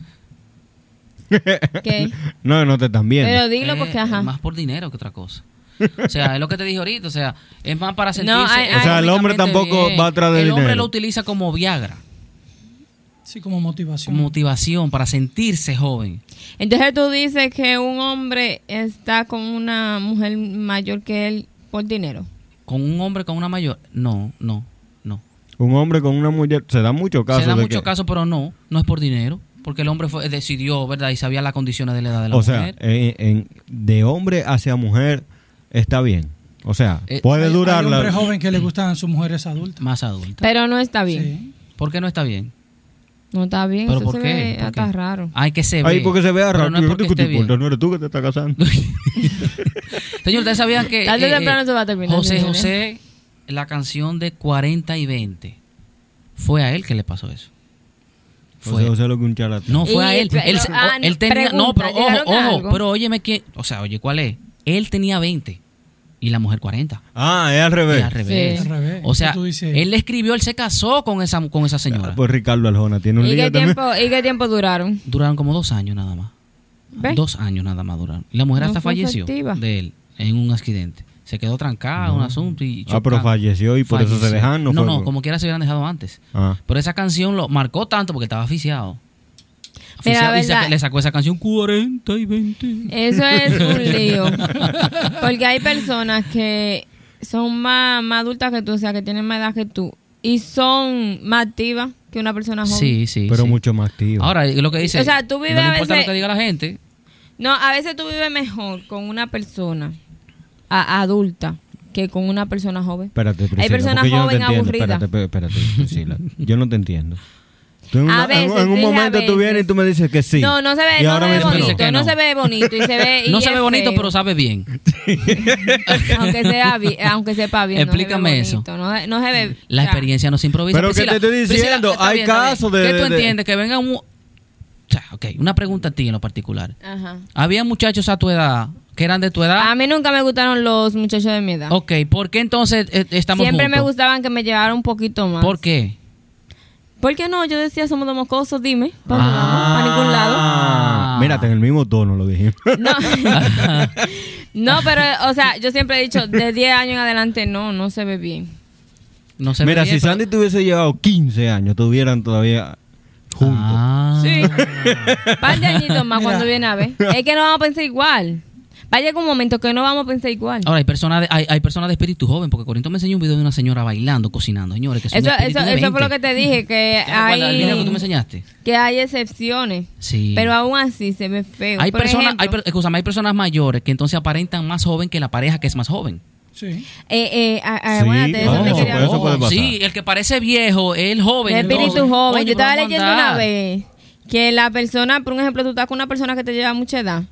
¿Qué? No, no te están viendo. Pero dilo es- porque Eh, es ajá. más por dinero que otra cosa. O sea, es lo que te dije ahorita. O sea, es más para sentirse. hay- hay- O sea, el hombre económicamente tampoco va atrás del El hombre dinero. lo utiliza como Viagra, Sí, como motivación. como motivación para sentirse joven. Entonces tú dices que un hombre está con una mujer mayor que él por dinero. Con un hombre, con una mayor. No, no, no. Un hombre con una mujer. Se da mucho caso. Se da de mucho que- caso, pero no. No es por dinero. Porque el hombre fue- decidió, ¿verdad? Y sabía las condiciones de la edad de la O sea, mujer. en- en- de hombre hacia mujer está bien. O sea, Eh, puede Hay- durar Hay la- hombres jóvenes que le gustan sus mujeres adultas. más adulta. Pero no está bien. Sí. ¿Por qué no está bien? No está bien. ¿Pero Eso por se qué? ve ¿Por hasta qué? raro. Ah, Ay, que se ve. Ahí porque se vea Pero raro. No es porque esté bien. no eres tú que te estás casando. Señor, ustedes sabían que eh, Tarde o temprano se va a terminar, José señores. José, la canción de 40 y 20, fue a él que le pasó eso. Fue. Fue. O sea, lo que un charlatán. No, fue a Y- él. Él, pero- ah, él tenía, no, pero pregunta, ojo, ¿llegaron a ojo, algo? pero óyeme que, o sea, oye, ¿cuál es? Él tenía 20 y la mujer 40. Ah, es al Y revés. al revés. Al revés. O sea, Tú dices- él le escribió, él se casó con esa, con esa señora. Ah, Pues Ricardo Aljona tiene un ¿Y qué, lío también. tiempo, ¿Y qué tiempo duraron? Duraron como dos años nada más. ¿Ves? Dos años nada más duraron. Y la mujer No hasta fue falleció efectiva. de él en un accidente. Se quedó trancada, un asunto y Ah, pero chocada. falleció y por eso se Falleció. dejan. No, no, fue- no, como quiera se hubieran dejado antes. Ah. Pero esa canción lo marcó tanto porque estaba aficiado. Mira, Aficiado, y verdad. Eh, saca- le sacó esa canción 40 y 20. Eso es un lío. Porque hay personas que son más, más adultas que tú, o sea, que tienen más edad que tú. y son más activas que una persona joven. Sí, sí. pero sí. mucho más activo. Ahora, lo que dice. O sea, tú vives no le a importa veces- lo que diga la gente. No, a veces tú vives mejor con una persona a- adulta que con una persona joven. espérate, Priscila, personas porque yo no te joven entiendo. aburridas. Espérate, espérate, Priscila. yo no te entiendo. Tú en, A una- en- veces, en un dije a momento tú veces. vienes y tú me dices que sí. No, no se ve, Y no ahora se me ve dices que no. bonito, que no. no. se ve bonito y se ve Eh, y No se es ve bonito, feo. pero sabe bien. aunque sea vi- aunque sepa bien, Explícame no se ve bonito, No, se- no se ve La o sea, experiencia no se improvisa. Pero que te estoy diciendo, está hay está casos de- ¿Qué tú de- de- entiendes? Que venga un... O sea, ok, una pregunta a ti en lo particular. Ajá. Había muchachos a tu edad que eran de tu edad. A mí nunca me gustaron los muchachos de mi edad. Ok, ¿por qué entonces eh, estamos Siempre me juntos? gustaban que me llevaran un poquito más. ¿Por qué? ¿Por qué no? Yo decía, somos dos mocosos, dime. Pa' dónde vamos, Ah, pa' ningún lado. Ah. Mírate, en el mismo tono lo dije. No. no, pero, o sea, yo siempre he dicho, de 10 años en adelante, no, no se ve bien. No se Mira, ve bien, si pero- Sandy te hubiese llevado 15 años, estuvieran todavía juntos. Ah. Sí. Ah. Par de añitos más Mira. cuando viene a ver. Es que no vamos a pensar igual. Va a llegar un momento que no vamos a pensar igual. Ahora, hay personas de, hay, hay personas de espíritu joven, porque Corinto me enseñó un video de una señora bailando, cocinando, señores. Que es un Eso, espíritu eso, de eso fue 20. lo que te dije, que ¿Te acuerdas del video que tú me hay, enseñaste? que hay excepciones. Sí. Pero aún así se ve feo. hay Por personas, ejemplo, hay, per- escúchame, hay personas mayores que entonces aparentan más joven que la pareja que es más joven. Sí. Eh, eh, a- a- Sí, aguántate, eso no, te Oh, eso quería puede- eso puede pasar. Sí, el que parece viejo, el joven. El espíritu entonces, joven. oye, Yo estaba pero vamos a leyendo andar. una vez que la persona, por un ejemplo, tú estás con una persona que te lleva mucha edad,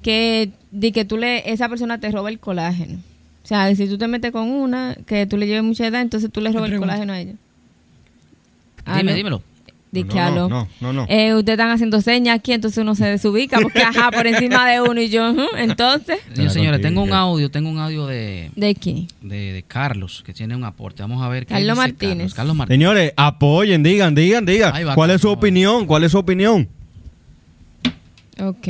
que, de que tú le, esa persona te roba el colágeno. O sea, si tú te metes con una que tú le lleves mucha edad, entonces tú le robas el pregunto. colágeno a ella. Dime, Aló. dímelo. Di No, que no, aló. no, no, no. Eh, ustedes están haciendo señas aquí, entonces uno se desubica porque ajá, por encima de uno y yo, ujú, entonces, Yo, señores, contigo, tengo un yo. audio, tengo un audio de, ¿de quién? de, de Carlos, que tiene un aporte. Vamos a ver qué Carlos dice Martínez. Carlos, Carlos Martínez. Señores, apoyen, digan, digan, digan. Ahí va, ¿Cuál es su Carlos. opinión? ¿Cuál es su opinión? Ok.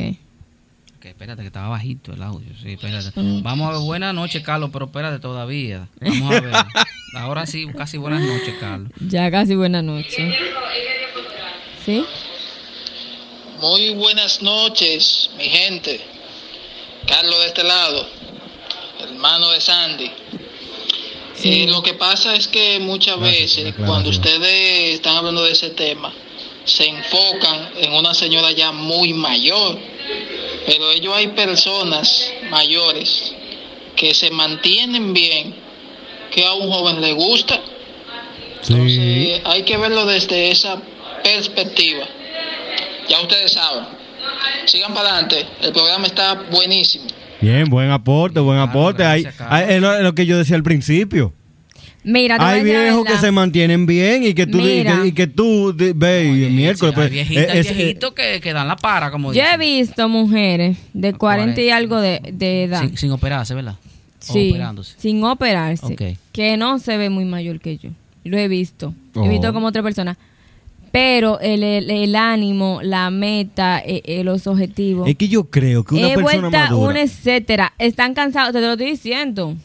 Ok, espérate, que estaba bajito el audio. Sí, espérate. Vamos a ver, buenas noches, Carlos, pero espérate todavía. Vamos a ver. Ahora sí, casi buenas noches, Carlos. Ya casi buena noche. ¿Sí? Muy buenas noches, mi gente. Carlos de este lado, hermano de Sandy. Eh, lo que pasa es que muchas Gracias por la veces aclaración. cuando ustedes están hablando de ese tema, se enfocan en una señora ya muy mayor, pero ellos hay personas mayores que se mantienen bien, que a un joven le gusta. Entonces hay que verlo desde esa perspectiva. Ya ustedes saben. Sigan para adelante. El programa está buenísimo. Bien, buen aporte, buen Claro, aporte. Ahí- gracias, Carlos. ahí- es lo, es lo que yo decía al principio. Mira, te voy a Hay decir la viejos que verdad. se mantienen bien y que tú, di- y Mira. que, y que tú di- ve y el miércoles. Sí, hay pues, viejitas y eh, es- viejitos que, que dan la para, como Yo he dicen. visto mujeres de 40, y 40. algo de, de edad. Sin, sin operarse, ¿verdad? O sí, operándose. sin operarse. Ok. Que no se ve muy mayor que yo. Lo he visto. Oh. He visto como otra persona. Pero el, el, el ánimo, la meta, eh, eh, los objetivos. es que yo creo que una he persona vuelta madura. un etcétera. Están cansados, te lo estoy diciendo.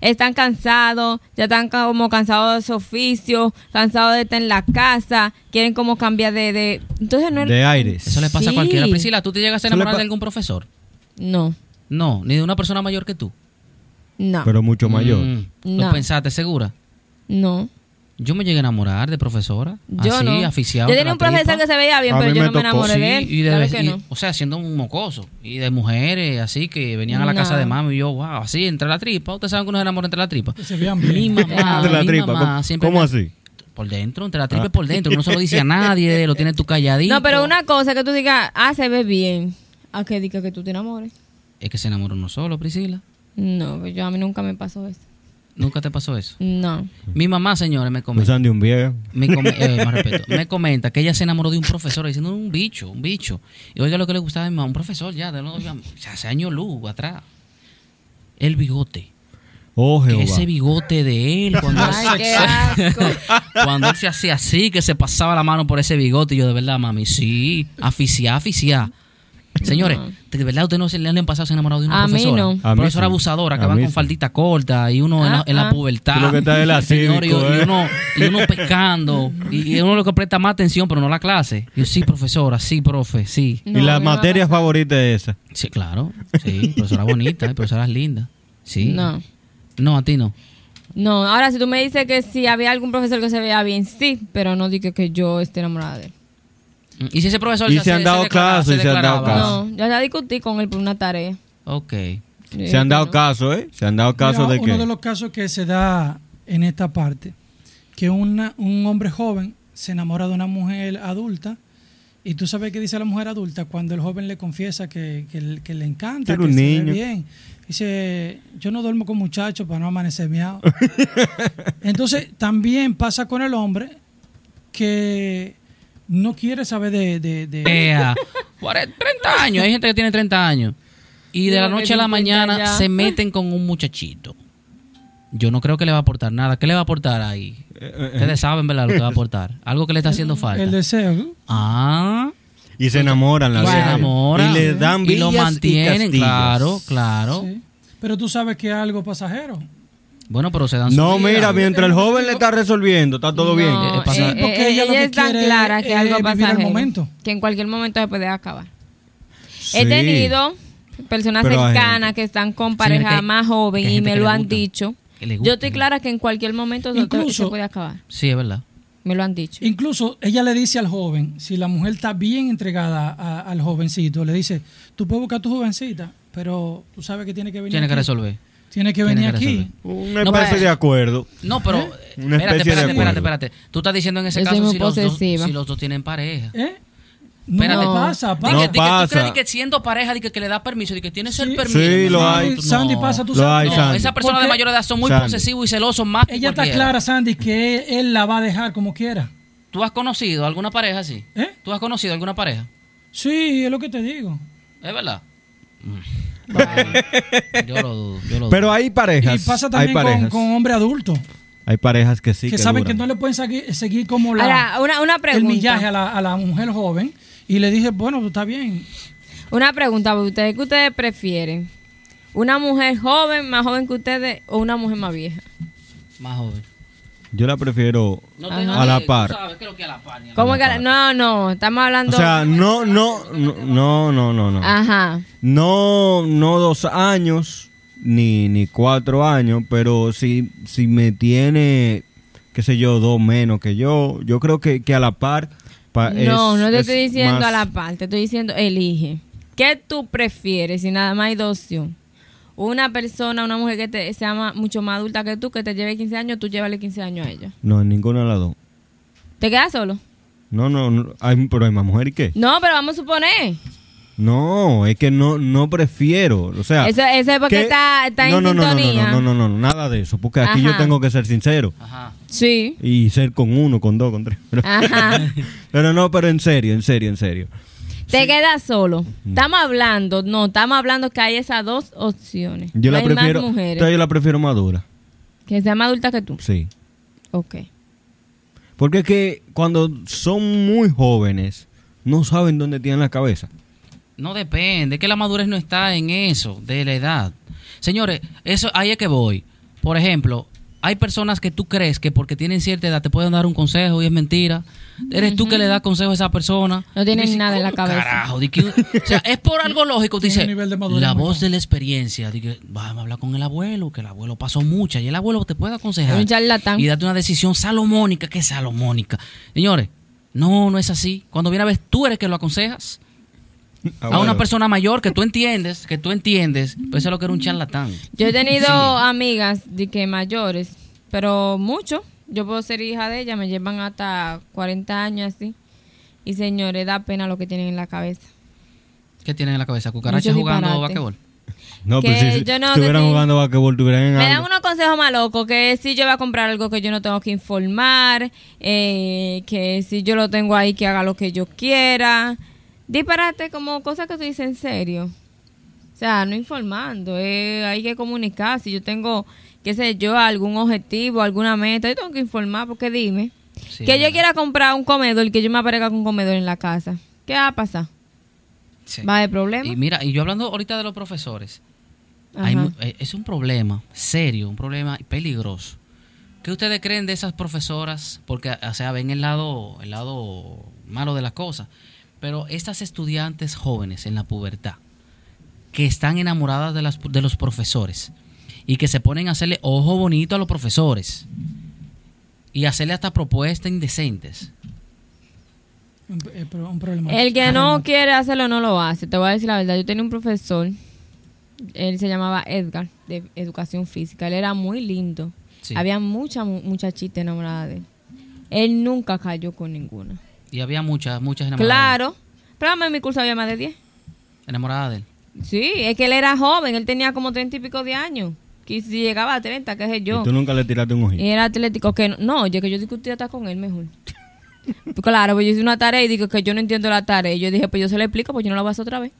Están cansados, ya están ca- como cansados de su oficio, cansados de estar en la casa, quieren como cambiar de... de- Entonces no es- de aires. Eso le pasa a Sí. cualquiera. Priscila, ¿tú te llegas a Eso le enamorar pa- de algún profesor? No, No, ni de una persona mayor que tú. no, Pero mucho mayor. Mm, ¿Lo No. pensaste segura? no. Yo me llegué a enamorar de profesora. Yo así, no. aficiado. Yo de tenía la un profesor tripa. que se veía bien, A pero mí yo me no me tocó. enamoré Pues Sí, de él. y de claro vez- que y- no. O sea, siendo un mocoso. Y de mujeres, así que venían a la No. casa de mami y yo, wow, así, entre la tripa. Ustedes saben que uno se enamora entre la tripa. Que se vean Mi bien. mamá, de la mi tripa. mamá ¿Cómo, siempre cómo me- así? Por dentro, entre la tripa y por dentro. Uno no se lo dice a nadie, lo tienes tú calladito. Ah. No, pero una cosa que tú digas, ah, se ve bien, a que diga que tú te enamores. Es que se enamoró uno solo, Priscila. No, pues yo a mí nunca me pasó eso. ¿Nunca te pasó eso? No. Mi mamá, señores, me Un comenta, Sandy, un viejo. me, come- eh, más respeto, me comenta que ella se enamoró de un profesor diciendo un bicho, un bicho. Y oiga lo que le gustaba a mi mamá, un profesor ya, de los, ya, hace años luz atrás. El bigote. Oh, Que Jehová. ese bigote de él cuando, Ay, qué asco. cuando él se hacía así, que se pasaba la mano por ese bigote. Y yo, de verdad, mami, sí, aficiá, aficiá. Señores, de verdad, ustedes no se le han pasado se han enamorado de una A mí profesora. no. A mí profesora sí. abusadora que A va mí con sí. faldita corta y uno en, la, en la Ah, ah. pubertad. Tú lo que estás es la Señor, y, cívico, y eh. uno, y uno pescando. Y, y uno lo que presta más atención, pero no la clase. Yo, sí, profesora, sí, profe, sí. No, y la a mí no me materia favorita es esa. Sí, claro. Sí, profesora bonita, eh, profesora linda. Sí. No. No, a ti no. No, ahora si tú me dices que si había algún profesor que se veía bien, sí, pero no dije que yo esté enamorada de él. ¿Y si ese profesor Y ya se han dado declaraba- caso, y se han dado declaraba? caso. No, ya la discutí con él por una tarea. Este, Ok. Se han dado caso, ¿eh? Se han dado caso Mira, de uno que... de los casos que se da en esta parte, que una- un hombre joven se enamora de una mujer adulta y tú sabes qué dice la mujer adulta cuando el joven le confiesa que, que le- que le encanta, Era que un se ve niño. bien. Dice, yo no duermo con muchachos para no amanecer miado. Entonces, también pasa con el hombre que no quiere saber de... de- de- Ea, cuare- 30 años, hay gente que tiene 30 años. Y de Yo la que noche a la 50 mañana ya. se meten con un muchachito. Yo no creo que le va a aportar nada. ¿Qué le va a aportar ahí? Eh, Ustedes saben, ¿verdad? Lo que va a aportar. Algo que le está haciendo el falta. deseo. Ah, Y se enamoran, la y se verdad. enamora. Y le dan Y lo villas mantienen, castillos. claro, claro. Sí. Pero tú sabes que es algo pasajero. Bueno, pero se dan su No, vida. mira, mientras el joven le está resolviendo, está todo No, bien. Eh, pasa- eh, Sí, porque eh, ella lo que es tan quiere clara que es algo vivir el pasa momento. que en cualquier momento se puede acabar. Sí. He tenido personas Pero hay cercanas gente- que están con Señores, que pareja hay- más que joven hay y gente me que lo le han gusta, dicho. que le gusta. Yo estoy clara que en cualquier momento se- Incluso- se puede acabar. Sí, es verdad. Me lo han dicho. Incluso ella le dice al joven, si la mujer está bien entregada a- al jovencito, le dice, tú puedes buscar a tu jovencita, pero tú sabes que tiene que venir Tiene que aquí. resolver. Tiene que Tiene venir que aquí. resolver. Una No, especie pero- Mm, de acuerdo. No, pero eh, Una espérate, especie de espérate, espérate, acuerdo. espérate. Tú estás diciendo en ese Yo soy caso muy si los, dos, posesiva. si los dos tienen pareja. ¿Eh? No Espérate. pasa, Di pasa. que- No di que, pasa. tú crees que siendo pareja, di que, que le da permiso, di que tienes el permiso. Sí, mi lo hermano, hay. tú- Sandy pasa, tú Lo sabes. hay, No, Sandy. esas personas de Porque mayor edad son muy Sandy. posesivos y celosos más que Ella está cualquiera. clara, Sandy, que él, él la va a dejar como quiera. ¿Tú has conocido alguna pareja así? ¿Eh? ¿Tú has conocido alguna pareja? Sí, es lo que te digo. ¿Es verdad? yo lo dudo, yo lo dudo. Pero hay parejas. y pasa hay también con, parejas. con hombre adulto, Hay parejas que sí. que, saben duran. que no le pueden segui- seguir como la, Ahora, una, una el millaje a pregunta. la, a la mujer joven. Y le dije, bueno, tú estás bien. Una pregunta para ustedes. ¿Qué ustedes prefieren? ¿Una mujer joven, más joven que ustedes, o una mujer más vieja? Más joven. Yo la prefiero No Ajá. te- no A te- la tú par. sabes, creo que a la par. ni a la- ¿Cómo que la- No, no, estamos O hablando... sea, no, no, no, no, no, no. Ajá. No, no dos años, ni, ni cuatro años, pero si, si me tiene, qué sé yo, dos menos que yo, yo creo que, que a la par... pa- No, Ah, es- no te es estoy diciendo más- a la parte, te estoy diciendo elige. ¿Qué tú prefieres si nada más hay dos opciones? Una persona, una mujer que te, sea ma- mucho más adulta que tú, que te lleve 15 años, tú llévale 15 años a ella. No, ninguna de las dos. ¿Te quedas solo? No, no, no, hay, pero hay más mujer que... No, pero vamos a suponer. No, es que no, no prefiero, o sea... Eso, eso es porque que- está, está no, en no, no, no, no, sintonía. No, no, no, no, nada de eso, porque aquí yo Ajá. tengo que ser sincero. Ajá. Sí. Y ser con uno, con dos, con tres. Pero, Ajá. pero no, pero en serio, en serio, en serio. Te quedas solo. Estamos hablando, no, estamos hablando que hay esas dos opciones. Yo No la hay prefiero. más mujeres entonces Yo la prefiero madura. que sean más adultas que tú. Sí. Ok. Porque es que cuando son muy jóvenes, no saben dónde tienen la cabeza. No depende, que la madurez no está en eso, de la edad. Señores, eso ahí es que voy. Por ejemplo, hay personas que tú crees que porque tienen cierta edad te pueden dar un consejo y es mentira. Eres tú que le das consejo a esa persona. No tienen Y dices, nada en la "¿Cómo cabeza?" Carajo, di que- o sea, es por algo lógico. Tiene Dice, un nivel de madurez la muy voz bajo. de la experiencia. di que, vamos a hablar con el abuelo, que el abuelo pasó mucha y el abuelo te puede aconsejar. Es un charlatán. Y date una decisión salomónica, que es salomónica. Señores, no, no es así. Cuando viene a ver, tú eres que lo aconsejas Ah, a una persona mayor que tú entiendes, que tú entiendes, pues eso es lo que era un charlatán. Yo he tenido Sí. amigas de que mayores, pero mucho. Yo puedo ser hija de ella, me llevan hasta 40 años así. Y señores, da pena lo que tienen en la cabeza. ¿Qué tienen en la cabeza? ¿Cucaracha Mucho jugando disparate. basquetbol? No, pero que si yo no- estuvieran que sí. jugando basquetbol, estuvieran en Me dan algo. unos consejos más locos, que si yo voy a comprar algo que yo no tengo que informar, eh, que si yo lo tengo ahí que haga lo que yo quiera. Disparate como cosas que tú dices en serio. O sea, no informando, eh, hay que comunicar. Si yo tengo, qué sé yo, algún objetivo, alguna meta, yo tengo que informar, porque dime. Sí, que yo ¿verdad? quiera comprar un comedor y que yo me aparezca con un comedor en la casa. ¿Qué va a pasar? Sí. ¿Va a haber problema? Y mira, y yo hablando ahorita de los profesores, Ajá. hay mu- eh, es un problema serio, un problema peligroso. ¿Qué ustedes creen de esas profesoras? Porque, ah, o sea, ven el lado, el lado malo de las cosas. Pero estas estudiantes jóvenes en la pubertad, que están enamoradas de, las, de los profesores y que se ponen a hacerle ojo bonito a los profesores y hacerle hasta propuestas indecentes. Un, eh, pro- un problema. El que Problema. no quiere hacerlo no lo hace. Te voy a decir la verdad. Yo tenía un profesor, él se llamaba Edgar, de educación física. Él era muy lindo. Sí. Había mucha mu- muchachita enamorada de él. Él nunca cayó con ninguna. Y había muchas, muchas enamoradas. Claro. Pero además en mi curso había más de 10. Enamoradas de él. Sí, es que él era joven. Él tenía como 30 y pico de años. Que si llegaba a 30, qué sé yo. Y tú nunca le tiraste un ojito. Era atlético que no, no, oye, que yo discutí hasta con él mejor. Pues claro, pues yo hice una tarea y digo que yo no entiendo la tarea. Y yo dije, pues yo se la explico, pues yo no la voy a hacer otra vez.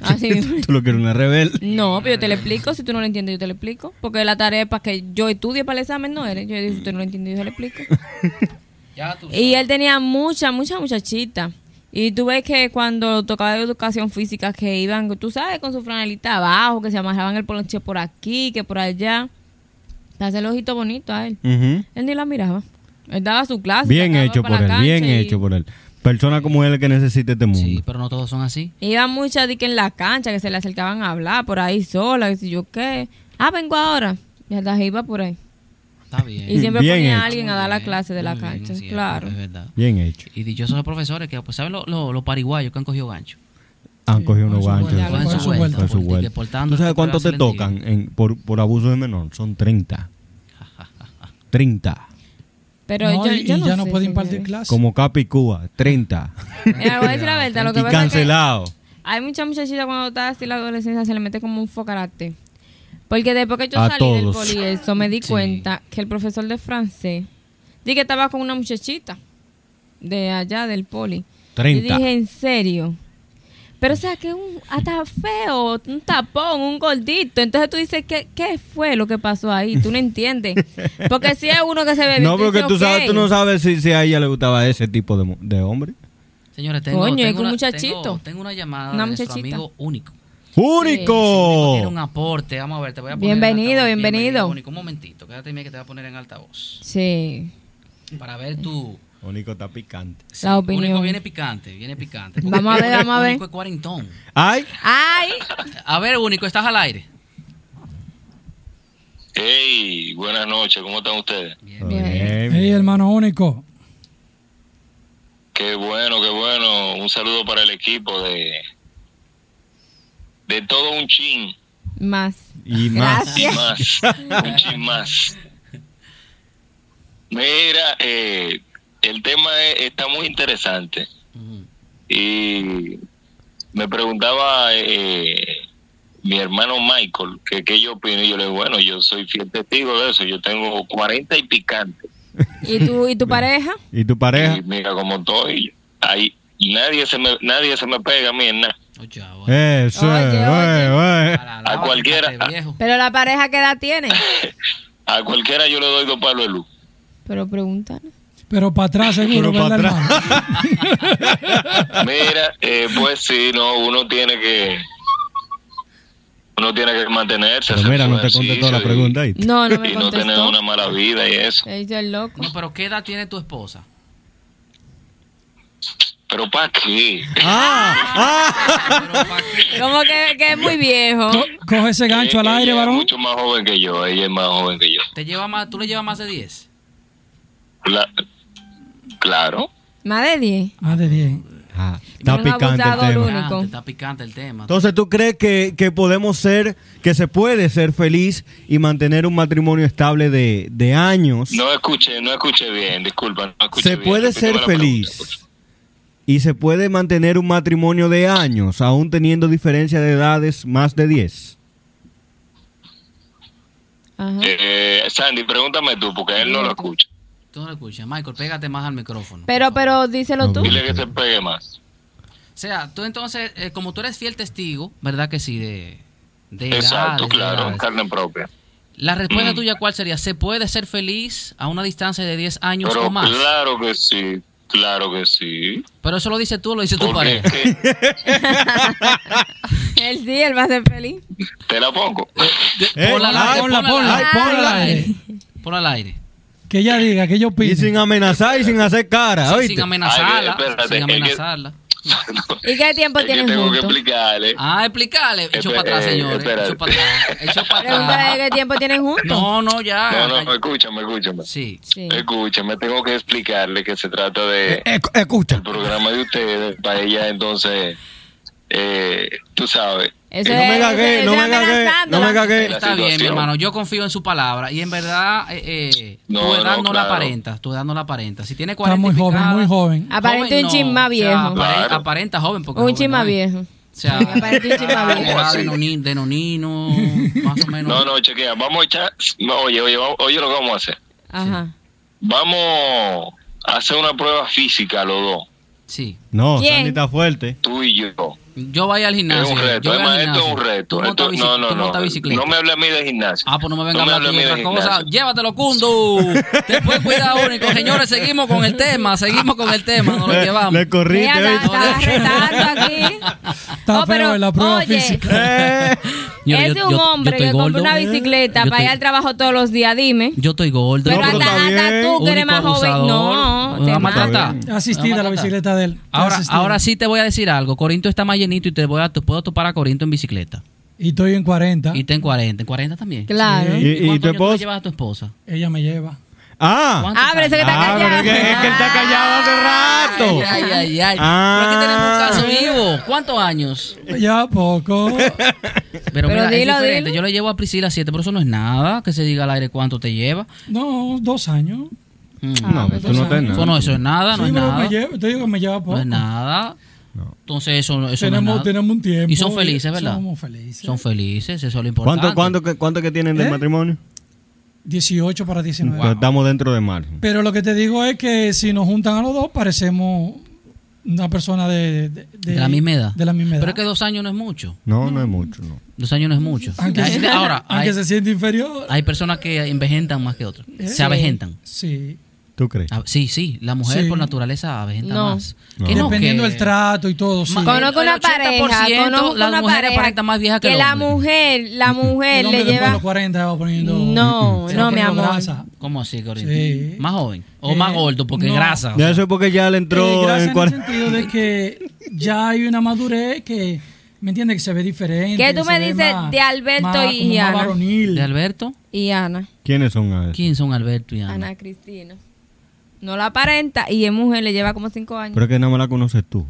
Así mismo. tú lo que eres una rebelde. No, pero yo te la explico, si tú no la entiendes, yo te la explico. Porque la tarea es para que yo estudie para el examen, no eres. Yo dije, si tú no la entiendes, yo se la explico. Ya tú Y él tenía mucha, mucha muchachita. Y tú ves que cuando tocaba educación física, que iban, tú sabes, con su franelita abajo, que se amarraban el ponche por aquí, que por allá. Te hace el ojito bonito a él. Ujú. Él ni la miraba. Él daba su clase. Bien sacaba hecho por para él, la bien cancha y- hecho por él. Persona como él que necesita este mundo. Sí, pero no todos son así. Iba muchas de que en la cancha que se le acercaban a hablar por ahí sola, que si yo qué. Ah, vengo ahora. Ya las iba por ahí. Está bien. Y siempre Bien ponía hecho. a alguien a dar la Muy bien, clase de la muy bien, cancha. es cierto, claro. Es verdad. Bien hecho. Y dichosos los profesores que, pues, ¿saben lo- lo- los pariguayos que han cogido gancho? Han cogido unos con su ganchos. sí, vuelta, con su vuelta. con su Porque vuelta. portando- ¿Tú sabes cuánto te portando tocan en- por, por abuso de menor? Son 30. 30. Pero No, yo, y, yo y no ya no sé, puede impartir señores. clases. Como Capicúa, 30. Mira, voy a decir la verdad. Lo que y pasa es que cancelado. hay muchas muchachitas cuando está así la adolescencia se le mete como un focarate. Porque después que yo A salí todos. del poli eso me di Sí. cuenta que el profesor de francés dije que estaba con una muchachita de allá del poli. 30. Y dije, en serio. Pero o sea, que un hasta feo, un tapón, un gordito. Entonces tú dices, ¿qué, qué fue lo que pasó ahí? Tú no entiendes. Porque si es uno que se ve bien, No, porque dices, tú sabes, "Ok". tú no sabes si, si a ella le gustaba ese tipo de, mu- de hombre. Señores, tengo, Coño, tengo es que un una, muchachito. tengo- tengo una llamada Una de nuestro muchachita. amigo único. ¡Único! Tiene un aporte, vamos a ver, te voy a poner en Bienvenido, altavoz. bienvenido. Único. Un momentito, quédate mira que te voy a poner en altavoz. Sí. Para ver tu... Único está picante. sí, La opinión. Único viene picante, viene picante. porque Vamos a ver, vamos a ver. Único es cuarentón. ¡Ay! Ay, A ver, Único, estás al aire. Hey, buenas noches, ¿cómo están ustedes? Bien. Bien. Ey, hermano único. Qué bueno, qué bueno. Un saludo para el equipo de de todo un chin más. Y más. y Gracias. más, un chin más. Mira, eh, el tema es- está muy interesante Ujú. y me preguntaba eh, mi hermano Michael que qué yo opino y yo le digo, bueno, yo soy fiel testigo de eso, yo tengo 40 y picante. ¿Y tú y tu pareja? ¿Y tu pareja? Y mira cómo estoy. Ahí nadie se me nadie se me pega a mí en nada. Oye, ahora, Eso, Oye, eh, oye. eh. Oh, para la hora, cualquiera. picante viejo. Pero la pareja qué edad tiene? A cualquiera yo le doy dos palos de luz. Pero pregúntale. Pero para atrás seguro, Pero pa' ¿verdad, atrás. hermano? Mira, eh, pues sí, no, uno tiene que uno tiene que mantenerse. Pero hacer mira, su no te conté toda la ejercicio pregunta ahí. No, no Y, me y no tener contestó. una mala vida y eso. Se hizo el loco. No, pero ¿qué edad tiene tu esposa? Pero ¿para qué? Ah. Pero ¿pa' qué? Como que, que es muy viejo. Coge ese gancho al Ella aire, es varón. mucho más joven que yo, ella es más joven que yo. ¿Te lleva más, ¿Tú le llevas más de 10? La- claro. Más de 10. Más de 10. Ah, está Menos picante el tema. abusador, Único. Picante, Está picante el tema. Entonces, ¿tú crees que, que podemos ser, que se puede ser feliz y mantener un matrimonio estable de, de años? No escuché, no escuché bien, disculpa. no escuché se bien, puede repíteme ser la pregunta, feliz y se puede mantener un matrimonio de años, aún teniendo diferencia de edades más de 10. Ajá. Eh, Sandy, pregúntame tú, porque él no lo escucha. Tú no lo escuchas. Michael, pégate más al micrófono. Pero, por favor. pero díselo tú. Dile que se pegue más. O sea, tú entonces, eh, como tú eres fiel testigo, ¿verdad que sí? De, de Exacto, edades, de claro, Mm. edades. carne propia. La respuesta tuya, ¿cuál sería? ¿Se puede ser feliz a una distancia de 10 años Pero o más? claro que sí, claro que sí. Pero eso lo dices tú o lo dice tu Porque pareja. es que- Él sí, él va a ser feliz. te la pongo. Eh, Ponla al ay, aire, ponla, ponla al ponla, aire, ponla al aire. Ponla al aire. Que ella diga, que ella Y opine. sin amenazar y sin hacer cara, Sí, Ah, ¿oíste? sin amenazarla. Ay, espérate, sin es que- amenazarla. ¿Y qué tiempo Es que tienen tengo que juntos? explicarle. Ah, explicarle. Hecho eh, Espe- para atrás, eh, señores. Hecho espérate. para atrás. Hecho para Pregúntale atrás. qué tiempo tienen juntos. No, no, ya. No, no, escúchame, escúchame. Sí. Sí. Escúchame, tengo que explicarle que se trata de Eh, escucha. el programa de ustedes para ella entonces eh, tú sabes Eso No me es- cagué, eso no es me cagué, no me amenazándola. cagué. La Está bien, mi situación. hermano. Yo confío en su palabra. Y en verdad, eh, eh, No, tu edad no, no, la claro. aparenta. Tu edad no la aparenta. Si tiene Está 40 y muy joven, picada- muy joven. Aparenta un chin más o sea, viejo. apare- Claro. Aparenta joven. Porque Un joven no chima es. viejo. O sea, Aparenta un chin más la viejo. edad de noni- de nonino, más o menos. no no chequea vamos a echar no, oye oye vamos- oye lo que vamos a hacer Ajá. vamos a hacer una prueba física los dos Sí. No, ¿Quién? Sandy está fuerte. tú y yo Yo voy al es gimnasio. un reto yo voy al además esto es gimnasio. un Tú reto montas Esto- bici- no no tú no montas bicicleta. no me hable a mí de gimnasio Ah, pues no me venga a hable hablar tú de a otra mí cosa. gimnasio. Llévatelo, Kundu. Después cuidado único. Señores, seguimos con el tema. Seguimos con el tema. Nos lo Le- llevamos. Le corriste. Ella ¿eh? está retando aquí. Está Oh, feo pero, en la prueba oye, física. Eh, Señores, es yo- un yo- yo hombre estoy que compra gordo. una bicicleta Yo para ir al estoy- trabajo todos los días, dime. Yo estoy gordo. Pero No, pero hasta, está hasta bien. tú que eres más Único joven, no. abusador. Me te va a mata. matar. Me va Asistida a la matar. bicicleta de él. Ahora, Asistida. ahora sí te voy a decir algo. Corinto está más llenito y te voy a, te puedo topar a Corinto en bicicleta. Y estoy en 40. Y está en 40. En 40 también. Claro. Sí. ¿Y- y cuántos años tu tú le esposa? llevas a tu esposa? Ella me lleva. ah, ¿Cuántos Ábrese que años? está ah, pero callado. es que, es que él está callado hace rato. Ay, ay, ay. Ah. Pero aquí tenemos un caso vivo. ¿Cuántos años? Ya poco. Pero, Pero mira, dilo, es diferente. dilo. Yo le llevo a Priscila 7, pero eso no es nada. Que se diga al aire cuánto te lleva. No, dos años. Mm. No, pero tú no estás en Eso no, nada. eso es nada, no Sí, es pero nada. Me lleva, te digo que me lleva poco. No es nada. No. Entonces eso, no- eso no es tenemos, nada. tenemos un tiempo. Y son felices, ¿verdad? Somos felices. Son felices, eso es lo importante. ¿Cuánto, cuánto, que- cuánto que tienen de ¿Eh? matrimonio? 18 para 19. Pues estamos dentro de margen. Pero lo que te digo es que si nos juntan a los dos, parecemos una persona de, de, De la misma edad. De la misma edad. Pero es que dos años no es mucho. No, no es mucho, no. Dos años no es mucho. aunque Hay- se, ahora, hay, aunque se siente inferior. hay personas que envejentan más que otras. Sí. Se avejentan. Sí. ¿Tú crees? A- Sí, sí, la mujer Sí. por naturaleza avejenta No. más. No. Que Dependiendo que- del trato y todo. Sí. Ma- El Conozco El una pareja, 80% conozco las una mujeres pareja aparentan más viejas que el la hombre. mujer, la mujer hombre le después de lleva los 40 va poniendo. No, se no, va mi poniendo amor. grasa. ¿Cómo así, Corina? Sí. Más joven. O Eh, más gordo, porque no. grasa. o Ya sea. eso es porque ya le entró Eh, grasa en en, el cuar- el sentido de que ya hay una madurez que, ¿me entiendes? Que se ve diferente. ¿Qué tú se me ve dices más- de Alberto más- y como más Ana? varonil. ¿De Alberto? y Ana, ¿Quiénes son a eso? ¿Quién son Alberto y Ana? Ana Cristina. No la aparenta y es mujer, le lleva como cinco años. Pero es que nada más la conoces tú.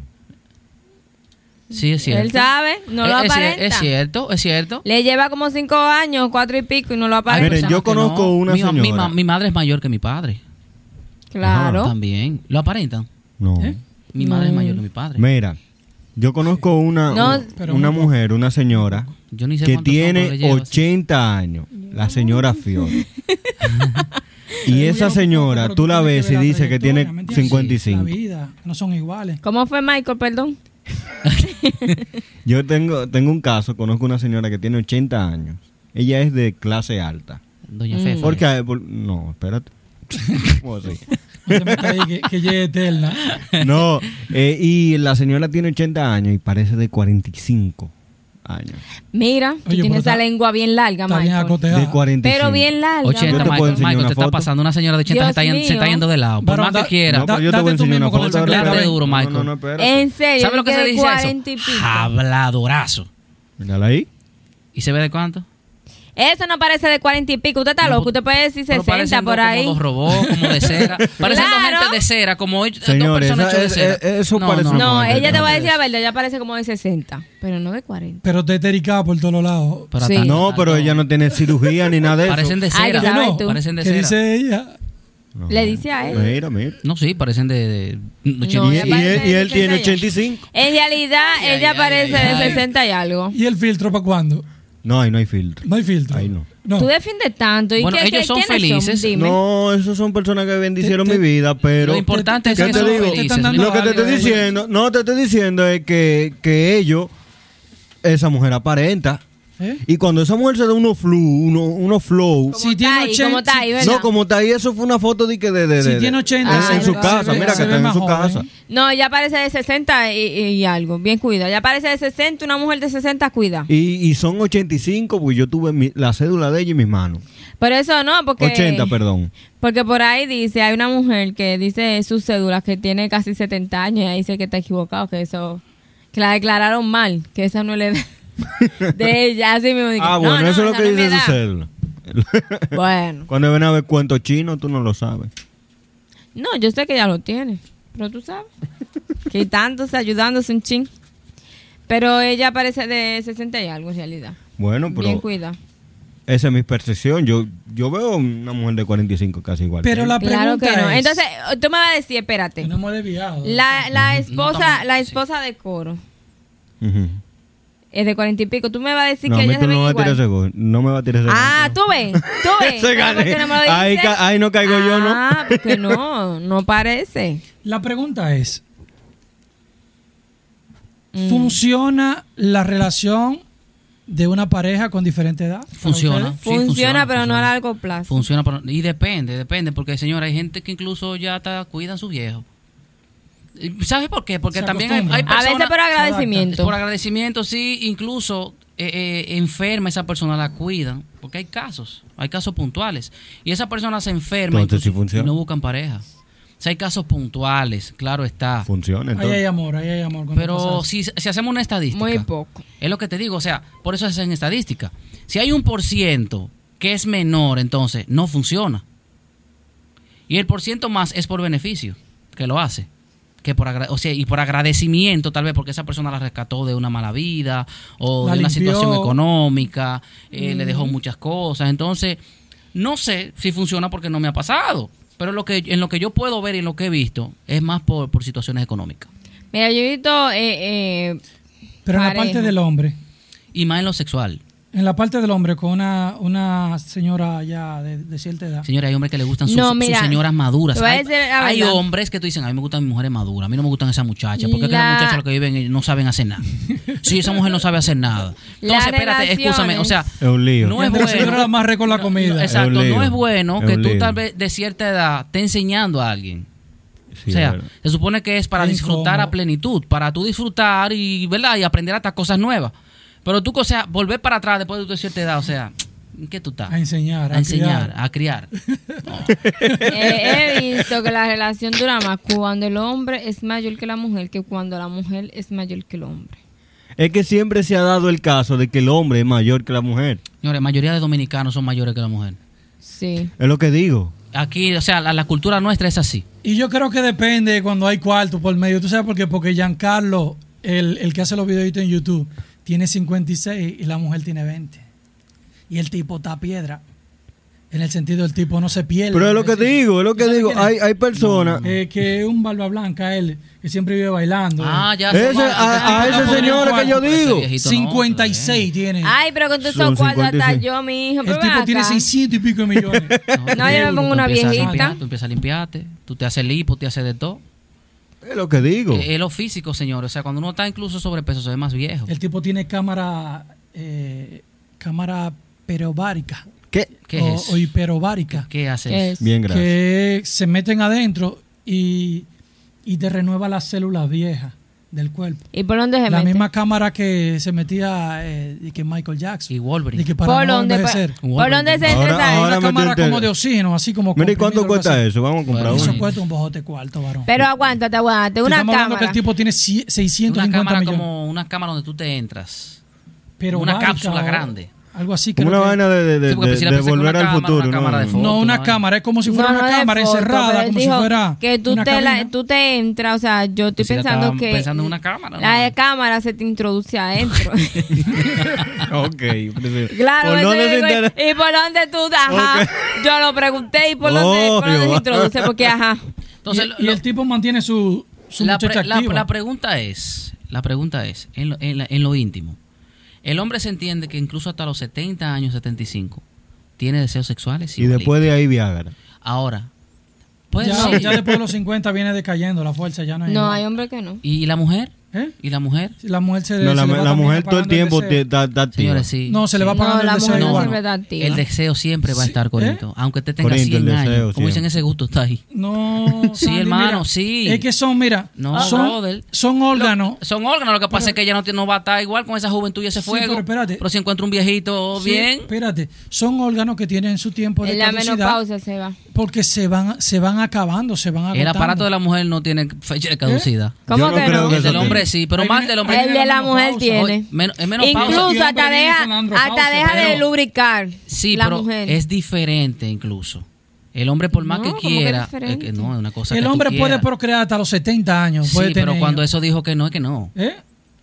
Sí, es cierto. Eh, Él sabe, no Es- lo es, cier- aparenta. es cierto, es cierto. Le lleva como cinco años, cuatro y pico y no lo Hay aparenta. Miren, yo personas que conozco una mi, ma- Mi, señora. ma- mi madre es mayor que mi padre. claro. Ah, También. ¿Lo aparentan? No. ¿Eh? Mi madre es mayor que mi padre. Mira, yo conozco una, No. u- Pero una muy mujer, una señora, Yo ni sé que cuántos son, pero tiene le lleva, sí. 80 años, la señora Fiore. y esa señora, Pero tú la tienes ves y ver dice que trayectoria, tiene ¿me entiendes? La 55. vida, no son iguales. ¿Cómo fue Michael, perdón? Yo tengo, tengo un caso, conozco una señora que tiene 80 años. Ella es de clase alta. Doña Fefa. Porque, hay- por- no, espérate. ¿Cómo así? No te metas ahí que, que llegue eterna. No, eh, y la señora tiene 80 años y parece de 45 años. Mira, tú Oye, tienes pero esa está- lengua bien larga, Está bien Michael. acoteada. De 45. Pero bien larga. 80, Yo te puedo Michael, enseñar Michael, una te está foto. pasando una señora de 80 se Dios está, yan- se está mío. yendo de lado. Por Varón, más que da- quiera. No, pero yo te Date voy a tú enseñar mismo una con la foto. ahora. chancleta. Date duro, Michael. No, no, no, espérate. En serio, ¿Sabes lo que tiene se dice a eso? 40 y pico. Habladorazo. Mírala ahí. ¿Y se ve de cuánto? Eso no parece de 40 y pico. Usted está loco. Usted puede decir Pero 60 parecen por dos- ahí. Como dos robots, como de cera. Parecen Claro. dos gente de cera, como ellos- dos Señores, personas esa- hechas de cera. es- es- eso no, parece no, una no. No, Vamos a ella te va a ver. decir la verdad. Ella parece como de 60, pero no de 40. Pero te tericada por todos lados. Pero Sí. tanto, No, pero tanto. ella no tiene cirugía ni nada de eso. Parecen de Ay, cera. que sabes no, tú. Parecen de ¿Qué cera. dice ella? No. Le dice a él. Mira, mira. No, sí, parecen de, de No, y, ella y él, parece y de él tiene 60 85. En realidad, Ay, ella ay, parece ay, ay. de 60 y algo. ¿Y el filtro para cuándo? No, ahí no hay filtro. No hay filtro. Ahí no. Tú defiendes tanto. ¿Y Bueno, qué- ellos qué- son quiénes felices. Dime. No, esos son personas que bendicieron Te- mi te- vida, pero... Lo importante es ¿Qué que te son digo? felices. Te están dando Lo que te algo estoy de- diciendo, no, te estoy diciendo es que, que ellos, esa mujer aparenta. ¿Eh? Y cuando esa mujer se da uno flu, uno, uno flow. Si Como tiene está ahí, 80, como está ahí, ¿verdad? No, como está ahí, eso fue una foto de que de, de, Si de- tiene 80, en- en, se su ve- casa, se ve- mira se que ve está en más su joven. casa. No, ya parece de 60 y, y algo, bien cuida. Ya parece de 60, una mujer de 60 cuida. Y, y son 85, pues yo tuve mi- la cédula de ella en mis manos. Por eso no, porque... 80, perdón. Porque por ahí dice, hay una mujer que dice sus cédulas que tiene casi 70 años y ahí dice que está equivocado, que eso, que la declararon mal, que esa no le da de ella, así mismo. digo, Ah, no, bueno, no, eso es lo esa que no dice me su da. cédula. Bueno, Cuando ven a ver cuentos chinos, tú no lo sabes. no, yo sé que ya lo tiene, pero tú sabes, quitándose, ayudándose un chin. Pero ella parece de 60 y algo en realidad. Bueno, Bien pues. pero cuida. esa es mi percepción. Yo yo veo una mujer de 45 casi igual. Pero la Claro pregunta que no. es- Entonces, tú me vas a decir, espérate. Que no hemos desviado. La, la esposa, estamos- la sí. esposa de coro. Ujú. Es de cuarenta y pico. Tú me vas a decir No, a que mí ella tú se no ven vas a tirar ese igual. gol. No me va a tirar ese Ah, tú gol. ves, tú ves. Se Pero gané. ¿por qué no me lo dijiste? Ahí ca- ahí no caigo yo, ¿no? Ah, porque no, no parece. La pregunta es, Mm. ¿funciona la relación de una pareja con diferente edad? para Funciona. ustedes? Sí, funciona, funciona, pero no funciona. a largo plazo. Funciona, pero- y depende, depende, porque señora, hay gente que incluso ya está, cuidan a su viejo. Y, ¿Sabes por qué? Porque Se también hay, acostumbran. hay a personas... veces por agradecimiento. Por agradecimiento, sí, incluso eh, eh, enferma esa persona, la cuidan, porque hay casos, hay casos puntuales. Y esa persona se enferma Entonces, incluso, sí funciona. y no buscan pareja. O sea, hay casos puntuales, claro está. Funciona, Ahí hay entonces. amor, ahí hay amor. cuando pasa Pero eso. si, si hacemos una estadística... Muy poco. Es lo que te digo, o sea, por eso es en estadística. Si hay un por ciento que es menor, entonces no funciona. Y el por ciento más es por beneficio que lo hace. Que por agra- o sea, y por agradecimiento tal vez porque esa persona la rescató de una mala vida o La de una limpió. Mm. situación económica, eh, le dejó muchas cosas. Entonces, no sé si funciona porque no me ha pasado. Pero lo que, en lo que yo puedo ver y en lo que he visto es más por, por situaciones económicas. Mira, yo he visto, eh, eh, Pero en la pareja. parte del hombre, Y más en lo sexual. en la parte del hombre con una, una señora ya de, de cierta edad. Señores, hay hombres que le gustan sus, No, sus mira, señoras te maduras. voy a Hay, decir la hay verdad. hombres que tú dicen, a mí me gustan mis mujeres maduras, a mí no me gustan esas muchachas, porque es que La- las muchachas lo que viven eh, no saben hacer nada. Sí, esa mujer no sabe hacer nada. Entonces, Las espérate, escúchame, o sea, relaciones- Es un lío. no es bueno. Mientras que tú eres la más rica con la comida. no, exacto, Es un lío. no es bueno Es que un tú lío. tal vez de cierta edad estés enseñando a alguien. Sí, o sea, es verdad. se supone que es para Es disfrutar incómodo. a plenitud, para tú disfrutar y, ¿verdad? Y aprender hasta cosas nuevas. Pero tú, o sea, volver para atrás después de tu cierta edad, o sea, ¿en qué tú estás? A enseñar, a A enseñar, criar. a criar. eh, he visto que la relación dura más cuando el hombre es mayor que la mujer que cuando la mujer es mayor que el hombre. Es que siempre se ha dado el caso de que el hombre es mayor que la mujer. Señores, mayoría de dominicanos son mayores que la mujer. Sí. Es lo que digo. Aquí, o sea, la, la cultura nuestra es así. Y yo creo que depende cuando hay cuarto por medio. ¿Tú sabes por qué? Porque Giancarlo, el, el que hace los videitos en YouTube, tiene 56 y la mujer tiene 20. Y el tipo está piedra. En el sentido del tipo no se pierde. Pero es lo que digo, es lo que ¿Tú sabes digo. quién es? Hay, hay personas. Eh, que es un barba blanca él, que siempre vive bailando. Ah, ya. Ese- sé cuál. a- a ese señor que yo Ese digo. viejito no, Ah, 56 tiene. Ay, pero con todos esos Son cuartos hasta 56. yo, mi hijo. el pero tipo ven tiene acá. 600 y pico de millones. pero es- No, yo me tú pongo una empiezas a viejita. limpiar, Tú empiezas a limpiarte, tú te haces lipo, te haces de todo. Es lo que Uh. digo. Eh, Es lo físico, señor. O sea, cuando uno está incluso sobrepeso, se ve más viejo. el tipo tiene cámara, eh, cámara perobárica. ¿Qué? ¿Qué o, es? o hiperobárica. ¿Qué haces? ¿Qué es? Bien, gracias. que se meten adentro y, y te renueva las células viejas del cuerpo. ¿Y por dónde se La mete? misma cámara que se metía eh, y que Michael Jackson. Y Wolverine. Y que para ¿Por no dónde? envejecer. pa- ¿Por dónde se Ahora- entra esa- ahora- una cámara meterte- como de oxígeno, así como Mira, ¿y cuánto comprimido, algo cuesta así. eso? Vamos a comprar Bueno, uno. Eso cuesta un bojote cuarto, varón. Pero aguántate, aguántate. Una Estamos hablando cámara. que el tipo tiene cie- una 650 cámara millones. como una cámara donde tú te entras. pero una várica cápsula o grande. Algo así. Como creo una que- vaina de, de, de- Sí, porque de- si la de pensé con una volver al cámara, futuro. una cámara de foto. No, una ¿no? cámara. Es como si fuera No, no una de cámara foto, pero encerrada, él como si dijo fuera que tú una te, la- cabina. tú te entras, o sea, yo estoy Pues si la pensando estaban que pensando en una cámara, la ¿no? de cámara se te introduce adentro. ok. prefiero- claro, ¿Por eso dónde yo se digo, entera? y por dónde tú, ajá, Ok. yo lo pregunté y por dónde, Oh, por dónde se Jehová. introduce, porque ajá. Entonces, y, y lo- el tipo mantiene su, su la, muchacha pre- la- activa. la pregunta es, la pregunta es, en lo, en la- en lo íntimo, el hombre se entiende que incluso hasta los 70 años, 75, tiene deseos sexuales. Y después de ahí Viagra. Ahora, pues ya, sí. ya después de los 50 viene decayendo la fuerza, ya no hay. No, hay hombre que no. ¿Y la mujer? ¿Eh? ¿Y la mujer? La mujer se No, se la, le va la también mujer todo el apagando tiempo deseo. te da, da tiro. Señores, sí. No, se le sí. va apagando No, el la deseo mujer no igual. siempre da tiro. El deseo siempre va a Sí, estar, ¿eh? Corinto. Aunque usted tenga Corinto, el 100 deseo años. Como dicen, siempre. ese gusto está ahí. No. Sí, Sandy, hermano, mira, sí. Es que son, mira, No, son, brother. son órganos. Son órganos. Lo que pasa es que ella no, tiene- no va a estar igual con esa juventud y ese Sí, fuego. pero espérate. si encuentra un viejito sí, bien. Espérate, son órganos que tienen su tiempo de En la caducidad menopausia se va. porque se van, se van acabando, se van el agotando. aparato de la mujer no tiene fecha ¿Eh? de caducidad. ¿Cómo no que creo no? que El Pues eso del hombre tiene. sí, pero Ahí más viene- del hombre. ahí El de la mujer menopausia. tiene. Men- es menopausia. Incluso hasta Siempre viene deja, con andropausia, hasta deja de pero- lubricar Sí, la pero mujer. es diferente incluso. El hombre por más No, que ¿cómo que quiera, es diferente? que no, es una cosa El que tú hombre puede quieras. procrear hasta los 70 años. Sí, puede pero tener cuando hijos. eso dijo que no, es que no. ¿Eh?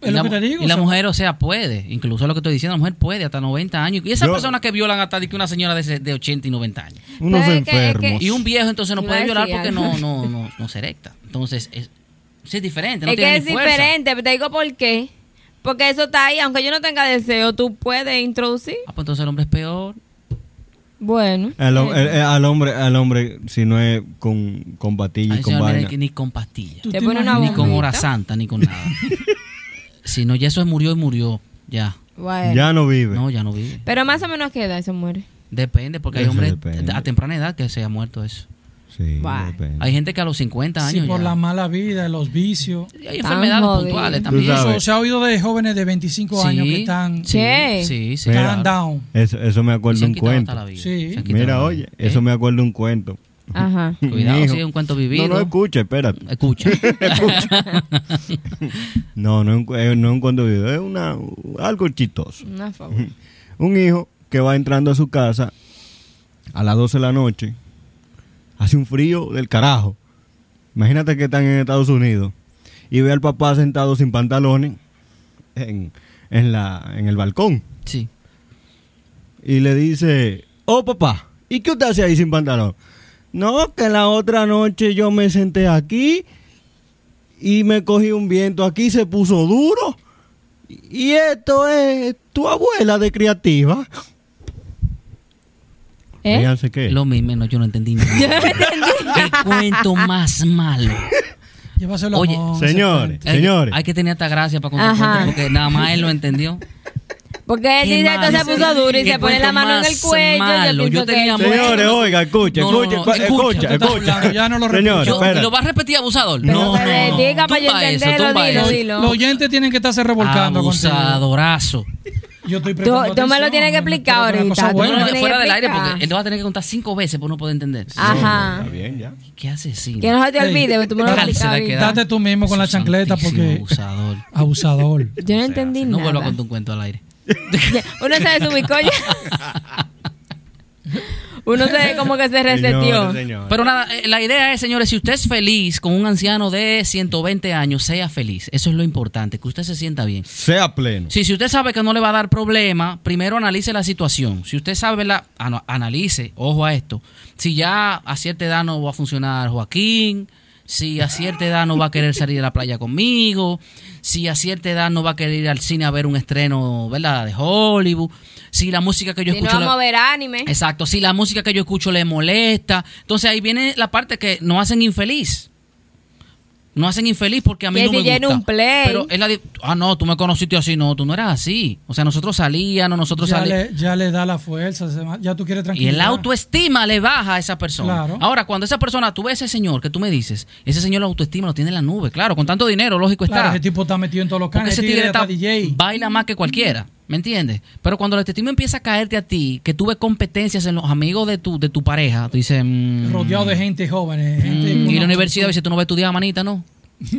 Y Es la, lo que te digo. y o la sea, mujer, o sea, puede. Incluso lo que estoy diciendo, la mujer puede hasta 90 años. Y esas Yo- personas que violan hasta de que una señora de, se- de 80 y 90 años. Unos Pero es que- es que- enfermos. Y un viejo entonces no Iba puede a violar decir porque algo. no, no, no, no se erecta. Entonces, es, sí es diferente. No es tiene que es ni fuerza. diferente, pero te digo por qué. Porque eso está ahí, aunque yo no tenga deseo, tú puedes introducir. Ah, pues entonces el hombre es peor. Bueno. Al, hom- el- el- al hombre, al hombre, si no es con, con patilla y Ay, con señor, mire vaina. que ni con pastillas, ¿Tú Te te pone una imaginas? ni con bombita. hora santa, ni con nada. si no, ya eso es murió y murió. Ya. Bueno. Ya no vive. No, ya no vive. Pero más o menos qué edad se muere. Depende, porque hay Eso hombres depende. a temprana edad que se ha muerto eso. Sí, Bye. depende. Hay gente que a los 50 Sí, años. por ya- la mala vida, los vicios. Y hay enfermedades jodido. puntuales Tú también. sabes. Eso, se ha oído de jóvenes de 25 años que están, sí, Che. sí, sí, Mira, claro. están down. Eso, eso me Y se acuerdo han un quitado hasta la cuento. vida. Sí. Se han quitado Mira, la oye, vida. eso Eh, me acuerdo un cuento. Ajá. Cuidado, Hijo. sí, es un cuento vivido. No, no, escucha, espérate. Escucha. No, no, es un cu- eh, no es un cuento vivido, es una, algo chistoso. Una favor. Un hijo que va entrando a su casa a las 12 de la noche, hace un frío del carajo. Imagínate que están en Estados Unidos y ve al papá sentado sin pantalones en, en la, en el balcón sí. y le dice, oh papá, ¿y qué usted hace ahí sin pantalón? No, que la otra noche yo me senté aquí y me cogí un viento aquí, se puso duro. Y esto es tu abuela de creativa. ¿Eh? Fíjense que- Lo mismo, no, yo no entendí nada. Qué cuento más malo. Llévaselo a Oye, Monse, señores. espérate. Hay- Señores. Hay que tener esta gracia para contar Ajá. cuentos porque nada más él lo entendió. Porque él Qué dice, entonces se malo. puso duro y Qué se pone cuento la mano en el más cuello. malo. Yo, Yo pienso que- tenía mucho- Señores, oh, oiga, escucha, No, no, escucha, no, pa- escucha, escucha, tú estás escucha. hablando, ya no lo Señores, Yo- espera. y lo va a repetir abusador. Pero No, que no, le no. diga para yo Tumba eso, entenderlo, tumba dilo, eso. dilo. Los oyentes tienen que estarse revolcando contigo. Abusadorazo. Yo estoy Tú- tú me lo prestando tienes que atención, me explicar estoy ahorita, hablando de tú No, cosas me no, lo buenas. tienes fuera que del aire porque explicar. él te va a tener que contar cinco veces por no poder entender. Ajá. Está bien, ya. ¿Qué asesino? Que no se te Ey, olvide, tú me lo Dale, se la explicas queda. bien. Date tú mismo con la Jesús chancleta santísimo, porque- abusador. Abusador. Yo no entendí No vuelvo a nada. contar un cuento al aire. Ya, Uno se desubicó ya. Uno se como que se resetió. Señores, señores. Pero nada, eh, la idea es, señores, si usted es feliz con un anciano de 120 años, sea feliz. Eso es lo importante, que usted se sienta bien. sea pleno. Sí, si usted sabe que no le va a dar problema, primero analice la situación. Si usted sabe la ana- analice, ojo a esto. Si ya a cierta edad no va a funcionar Joaquín, si a cierta edad no va a querer salir a la playa conmigo, si a cierta edad no va a querer ir al cine a ver un estreno, ¿verdad? De Hollywood, si la música que yo Si no escucho vamos la- a ver anime. Exacto, si la música que yo escucho le molesta. Entonces ahí viene la parte que nos hacen infeliz. Nos hacen infeliz porque a mí Que no si me llena gusta. un play. Pero es la di- ah no, tú me conociste así, no, tú no eras así. O sea, nosotros salíamos, nosotros Ya salíamos. le, ya le da la fuerza, se va- ya tú quieres Y tranquilidad. el autoestima le baja a esa persona. Claro. Ahora, cuando esa persona, tú ves a ese señor que tú me dices, ese señor la autoestima lo tiene en la nube, claro, con tanto dinero, lógico Claro, este está. ese tipo está metido en todos los Porque canes, ese ese tigre está está- DJ. baila más que cualquiera, ¿me entiendes? Pero cuando la autoestima empieza a caerte a ti, que tú ves competencias en los amigos de tu, de tu pareja, tú dices... mm, Rodeado de gente joven. eh, Gente Mm, con y la una- universidad dice, tú no vas a estudiar, manita, no.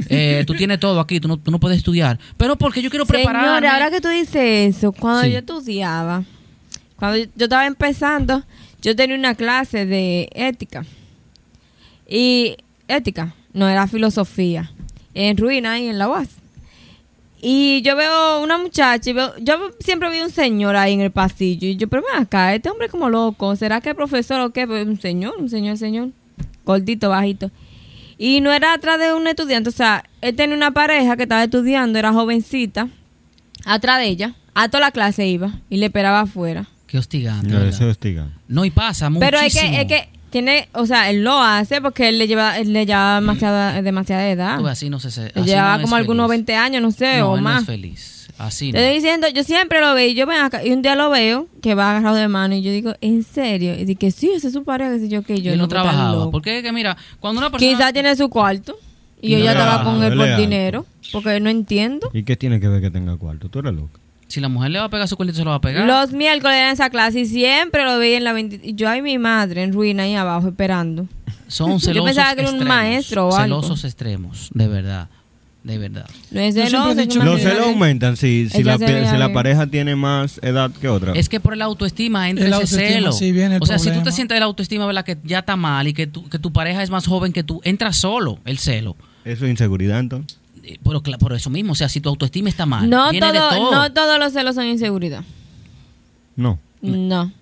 Eh, tú tienes todo aquí, tú no, tú no puedes estudiar. Pero porque yo quiero prepararme. Señora, ahora que tú dices eso, cuando Sí. yo estudiaba, cuando yo yo estaba empezando, yo tenía una clase de ética. Y ética, no era filosofía, en ruina y en la UAS. Y yo veo una muchacha, y veo- yo siempre vi un señor ahí en el pasillo. Y yo, pero ven acá, este hombre es como loco, ¿será que es profesor o qué? Pues, Un señor, un señor, señor. Gordito, bajito. Y no era atrás de un estudiante, o sea, él tenía una pareja que estaba estudiando, era jovencita, atrás de ella, a toda la clase iba y le esperaba afuera. Qué hostigante. Señores, ¿verdad? se hostigan. No, y pasa muchísimo. Pero es que, es que Tiene, o sea, él lo hace porque él le lleva, él le lleva demasiada, demasiada edad. Tú, así no se- se- Él así lleva no es ah, como algunos feliz. 20 años, no sé, No, o él no más. es feliz. Así Te no. estoy diciendo, yo siempre lo veo y yo ven acá, y un día lo veo que va agarrado de mano y yo digo, ¿en serio? Y dije, sí, esa es su pareja, que sé yo que Y yo él no loco, tan trabajaba. loco". Porque es que mira, cuando una persona... Quizás tiene su cuarto y Y yo no ya estaba trabaja, con él es por legal. dinero, porque no entiendo. ¿Y qué tiene que ver que tenga cuarto? Tú eres loca. Si la mujer le va a pegar su cuelito, se lo va a pegar. Los miércoles en esa clase y siempre lo veía en la 20 y yo y mi madre en ruina ahí abajo esperando. Son celosos pensaba que era un extremos. maestro o algo. Celosos extremos, de verdad. De verdad. No es Yo siempre celoso, he dicho es que- una Los celos mierda. aumentan si, si, Ella la, se pe- ve si la bien. pareja tiene más edad que otra. Es que por la autoestima entra El ese autoestima, celo. sí, viene el o sea, si tú problema. te sientes de la autoestima, ¿verdad? Que ya está mal y que tu, que tu pareja es más joven que tú, entra solo el celo. Eso es inseguridad, entonces. Eh, Pero cla- por eso mismo, o sea, si tu autoestima está mal, No, viene todo- de todo. no todos los celos son inseguridad. No. No.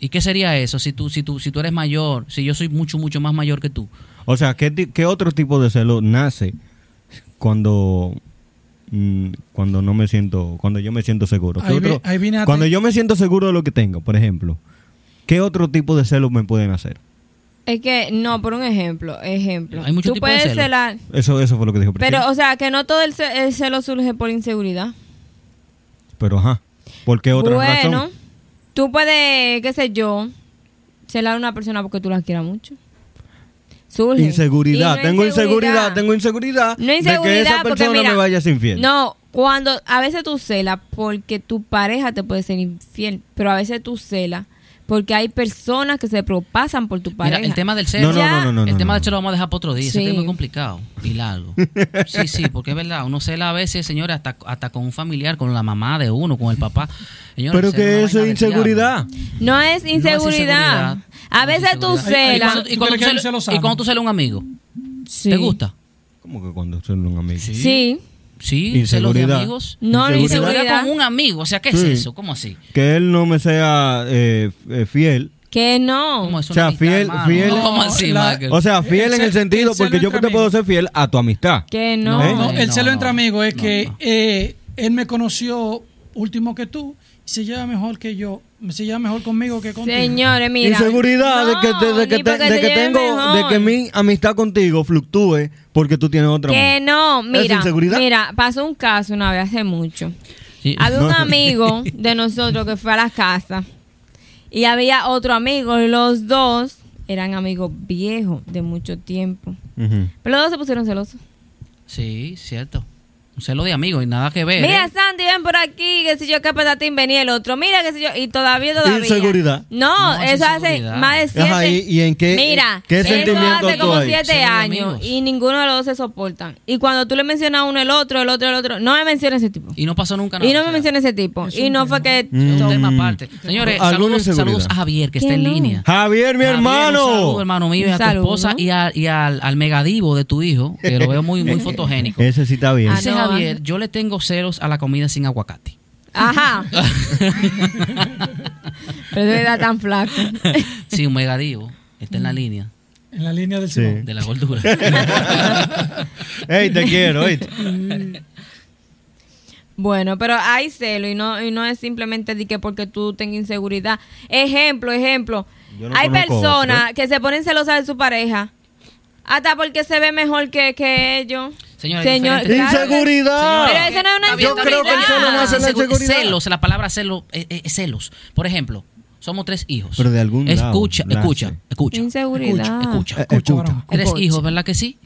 ¿Y qué sería eso? Si tú, si tú, si tú eres mayor, si yo soy mucho, mucho más mayor que tú. O sea, ¿qué, ti- qué otro tipo de celo nace cuando, mm, cuando no me siento, cuando yo me siento seguro? ¿Qué Ahí vi- otro- ahí viene a cuando ti- yo me siento seguro de lo que tengo, por ejemplo, ¿qué otro tipo de celos me pueden hacer? Es que, no, por un ejemplo, ejemplo. Hay muchos Tú tipos de puedes celos. celar, Eso, eso fue lo que dijo Priscila. pero, o sea, que no todo el, ce- el celo surge por inseguridad. Pero ajá, ¿por qué otra bueno, razón? tú puedes, qué sé yo, celar a una persona porque tú la quieras mucho. Surge. Inseguridad, Y no tengo inseguridad, tengo inseguridad, No de que inseguridad esa porque persona mira, me vaya sin fiel. No, cuando a veces tú celas porque tu pareja te puede ser infiel, pero a veces tú celas porque hay personas que se propasan por tu pareja. Mira, el tema del celo. No, no, no, no, no, el no, tema no. del celo lo vamos a dejar para otro día. Ese Sí. tema es muy complicado y largo. Sí, sí, porque es verdad. Uno cela a veces, señores, hasta, hasta con un familiar, con la mamá de uno, con el papá. Señores, pero el celo que una eso es vaina del inseguridad. No es inseguridad. inseguridad. A No es veces tú inseguridad. Ay, ay, celas. diablo. Y cuando, ¿Tú crees que tú hay un celo- celo y sano? cuando tú celas a un amigo, Sí. ¿te gusta? ¿Cómo que cuando son un amigo? Sí. Sí, celos de Inseguridad. amigos. No, la Inseguridad. Inseguridad inseguridad. con un amigo. O sea, ¿qué es Sí. eso? ¿Cómo así? Que él no me sea eh, eh, fiel. Que no. ¿Cómo es O una sea, amistad, fiel- hermano? fiel- No, ¿Cómo así, la- Michael? O sea, fiel en El el cel- sentido el celo porque yo entre te puedo amigos. ser fiel a tu amistad. Que no. ¿Eh? No, Ay, el no, celo no, entre amigos es no, que no. eh, él me conoció último que tú y se lleva mejor que yo. Se lleva mejor conmigo que contigo. Señores, mira. Inseguridad de No, que, te- de que ni te- porque de se que lleven tengo, de mejor. que mi amistad contigo fluctúe porque tú tienes otra. Que mujer. no, ¿Es mira, inseguridad? mira, pasó un caso una vez hace mucho. Sí. Había un amigo de nosotros que fue a la casa y había otro amigo y los dos eran amigos viejos de mucho tiempo. Ujú. Pero los dos se pusieron celosos. Sí, cierto. Un celo de amigos y nada que ver. Mira, ¿eh? Sandy, ven por aquí, qué sé yo, qué patatín, venía el otro. Mira, qué sé yo, y todavía, todavía. Inseguridad. No, No, es eso hace inseguridad. más de siete. Ajá, ¿y- y en qué- Mira, qué eso sentimiento hace tú como ahí? siete Serio, años amigos. y ninguno de los dos se soportan. Y cuando tú le mencionas a uno el otro, el otro, el otro, no me menciones ese tipo. Y no pasó nunca nada. Y no o me sea, menciones ese tipo. Y no fue que... es un Mm. tema aparte. Señores, Alguna saludos, inseguridad. saludos a Javier, que está Que en no. línea. Javier, mi Javier, hermano. Un saludo, hermano mío, y Un a tu saludo. esposa y, a- y al, al megadivo de tu hijo, que lo veo muy, muy fotogénico. Ese sí está bien. Ah, Dice no, Javier, ah. yo le tengo celos a la comida sin aguacate. Ajá. Pero eso era tan flaco. sí, un megadivo. Está en la línea En la línea del Sí. celo. de la gordura. Ey, te quiero, oíste. Bueno, pero hay celo y no, y no es simplemente de que porque tú tengas inseguridad. Ejemplo, ejemplo. Yo no hay conozco personas otro. que se ponen celosas de su pareja. Hasta porque se ve mejor que, que ellos. Señora, Señor, diferente. claro que- Inseguridad. Eh, Pero eso no es una Está bien, está bien, inseguridad. Yo creo que el celo no hace la Insegu- inseguridad. Celos, la palabra celo, eh, eh, celos. Por ejemplo, somos tres hijos. Pero de algún lado, Escucha, nace. escucha, escucha. Inseguridad. Escucha, escucha. Eh, escucha. escucha. Tres Escucha. hijos, ¿verdad que sí?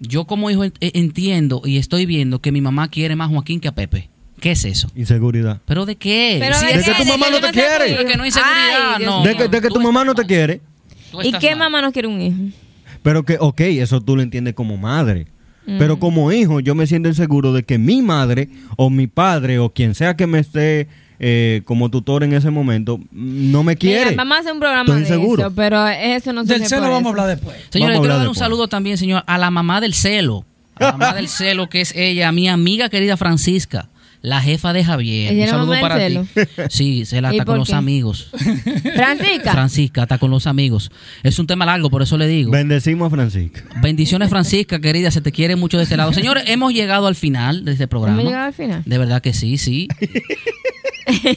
Yo como hijo en- eh, entiendo y estoy viendo que mi mamá quiere más a Joaquín que a Pepe. ¿Qué es eso? Inseguridad. ¿Pero de qué? Pero Si de es- que tu mamá no te quiere. Pero que no hay seguridad, Ay, Dios no. mío. De que, de que Tú tu mamá estás no te mal. quiere. tú ¿Y estás qué mal. mamá no quiere un hijo? Pero que, ok, eso tú lo entiendes como madre. Mm. Pero como hijo, yo me siento inseguro de que mi madre o mi padre o quien sea que me esté eh, como tutor en ese momento no me quiere. Mira, vamos a hacer un programa Estoy de inseguro. eso, pero eso no se Del hace celo por vamos a eso. hablar después. Señores, quiero Vamos a hablar dar un después. saludo también, señor, a la mamá del celo. A la mamá del celo, que es ella, mi amiga querida Francisca, la jefa de Javier. Un ¿Ella era saludo mamá para del celo? ti. Sí, se la ¿Y está por con los qué? amigos. Francisca. Francisca está con los amigos. Es un tema largo, por eso le digo. Bendecimos a Francisco. Bendiciones, Francisca, querida, se te quiere mucho de este lado. Señores, hemos llegado al final de este Hemos llegado programa. al final. De verdad que sí, sí.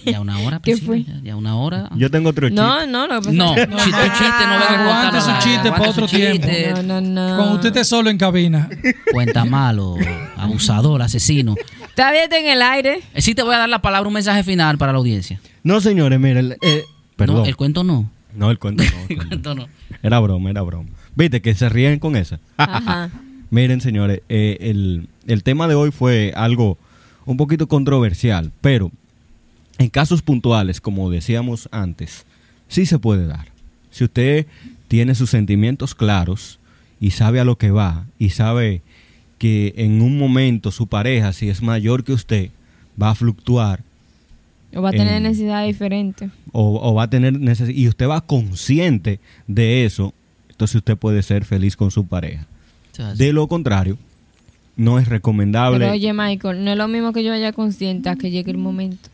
Ya una hora, ¿Qué Priscila, fue? ya- Ya una hora. Yo tengo otro chiste. No, no, lo que pasa No, es si tu chiste no venga a Ah, Aguante contarlo. su al aire, chiste aguante pa' otro su chiste. que- No, no, no. Cuando usted esté solo en cabina. Cuenta malo, abusador, asesino. Está bien está en el aire. Eh, Sí te voy a dar la palabra, un mensaje final para la audiencia. No, señores, miren. eh, perdón. No, el cuento no. No, el cuento no. el El cuento no. cuento no. Era broma, era broma. Viste que se ríen con esa. Ajá. Miren, señores, eh, el, el tema de hoy fue algo un poquito controversial, pero en casos puntuales, como decíamos antes, sí se puede dar. Si usted tiene sus sentimientos claros y sabe a lo que va y sabe que en un momento su pareja, si es mayor que usted, va a fluctuar O va a tener Eh, necesidades diferentes. o, o va a tener necesidad y usted va consciente de eso, entonces usted puede ser feliz con su pareja. Eso es así. De lo contrario, no es recomendable. Pero oye, Michael, no es lo mismo que yo vaya consciente a que llegue el momento.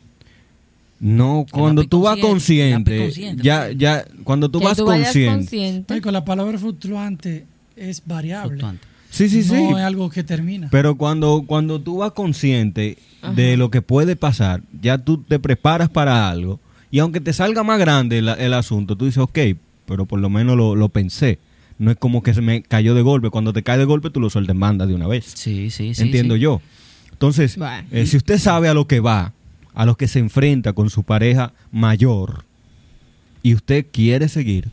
no, cuando lápiz tú vas consciente, consciente, lápiz consciente, ya, ya, cuando tú que vas tú vayas consciente, consciente. Con la palabra fluctuante es variable. Fluctuante. sí, sí, sí, No es algo que termina. pero cuando, cuando tú vas consciente de lo que puede pasar, ya tú te preparas para algo y aunque te salga más grande la- el asunto, tú dices, ok, pero por lo menos lo, lo pensé. No es como que se me cayó de golpe. Cuando te cae de golpe, tú lo sueltas en banda de una vez. Sí, sí, sí. entiendo sí. yo. Entonces, Bueno. eh, si usted sabe a lo que va, a lo que se enfrenta con su pareja mayor, y usted quiere seguir,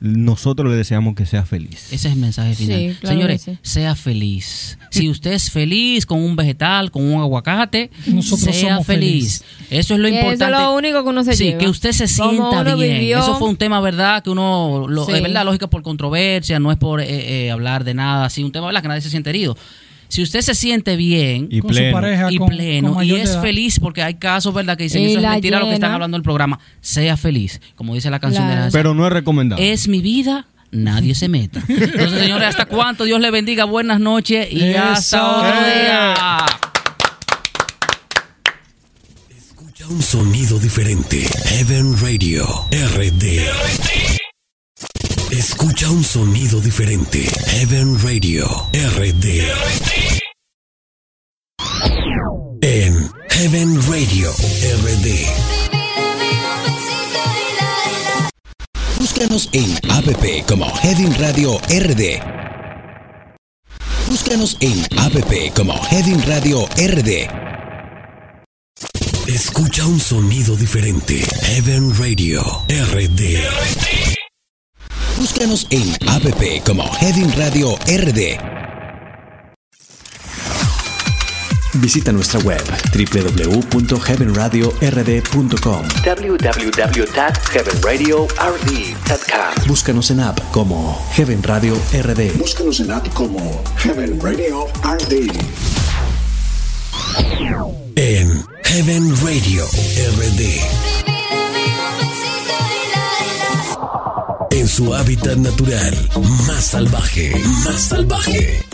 nosotros le deseamos que sea feliz. Ese es el mensaje Sí, final. claro Señores, que sí. sea feliz. Si usted es feliz con un vegetal, con un aguacate, Nosotros sea somos feliz. Eso es lo Que eso es importante. lo único que uno se sí, lleva. que usted se Como sienta uno bien. vivió. Eso fue un tema, ¿verdad? Que uno, lo- Sí. es verdad, lógica por controversia, no es por eh, eh, hablar de nada así, un tema, ¿verdad? Que nadie se siente herido. Si usted se siente bien Y con pleno. su pareja, y con- pleno con y mayor de es edad. feliz porque hay casos verdad que dicen Y eso es la mentira lo que están llena. hablando en el programa sea feliz como dice la canción Claro. de la Pero no es recomendable. es mi vida, nadie se meta. Entonces, señores, hasta cuánto Dios le bendiga, buenas noches y Eso. hasta otro día. Escucha un sonido diferente. Heaven Radio RD. Escucha un sonido diferente. Heaven Radio RD. En Heaven Radio RD. Búscanos en app como Heaven Radio RD. Búscanos en app como Heaven Radio RD. Escucha un sonido diferente. Heaven Radio RD. Búscanos en app como Heaven Radio RD. Visita nuestra web www.heavenradiord.com. www.heavenradiord.com. Búscanos en app como Heaven Radio RD. Búscanos en app como Heaven Radio RD. En Heaven Radio RD. En su hábitat natural, más salvaje, más salvaje.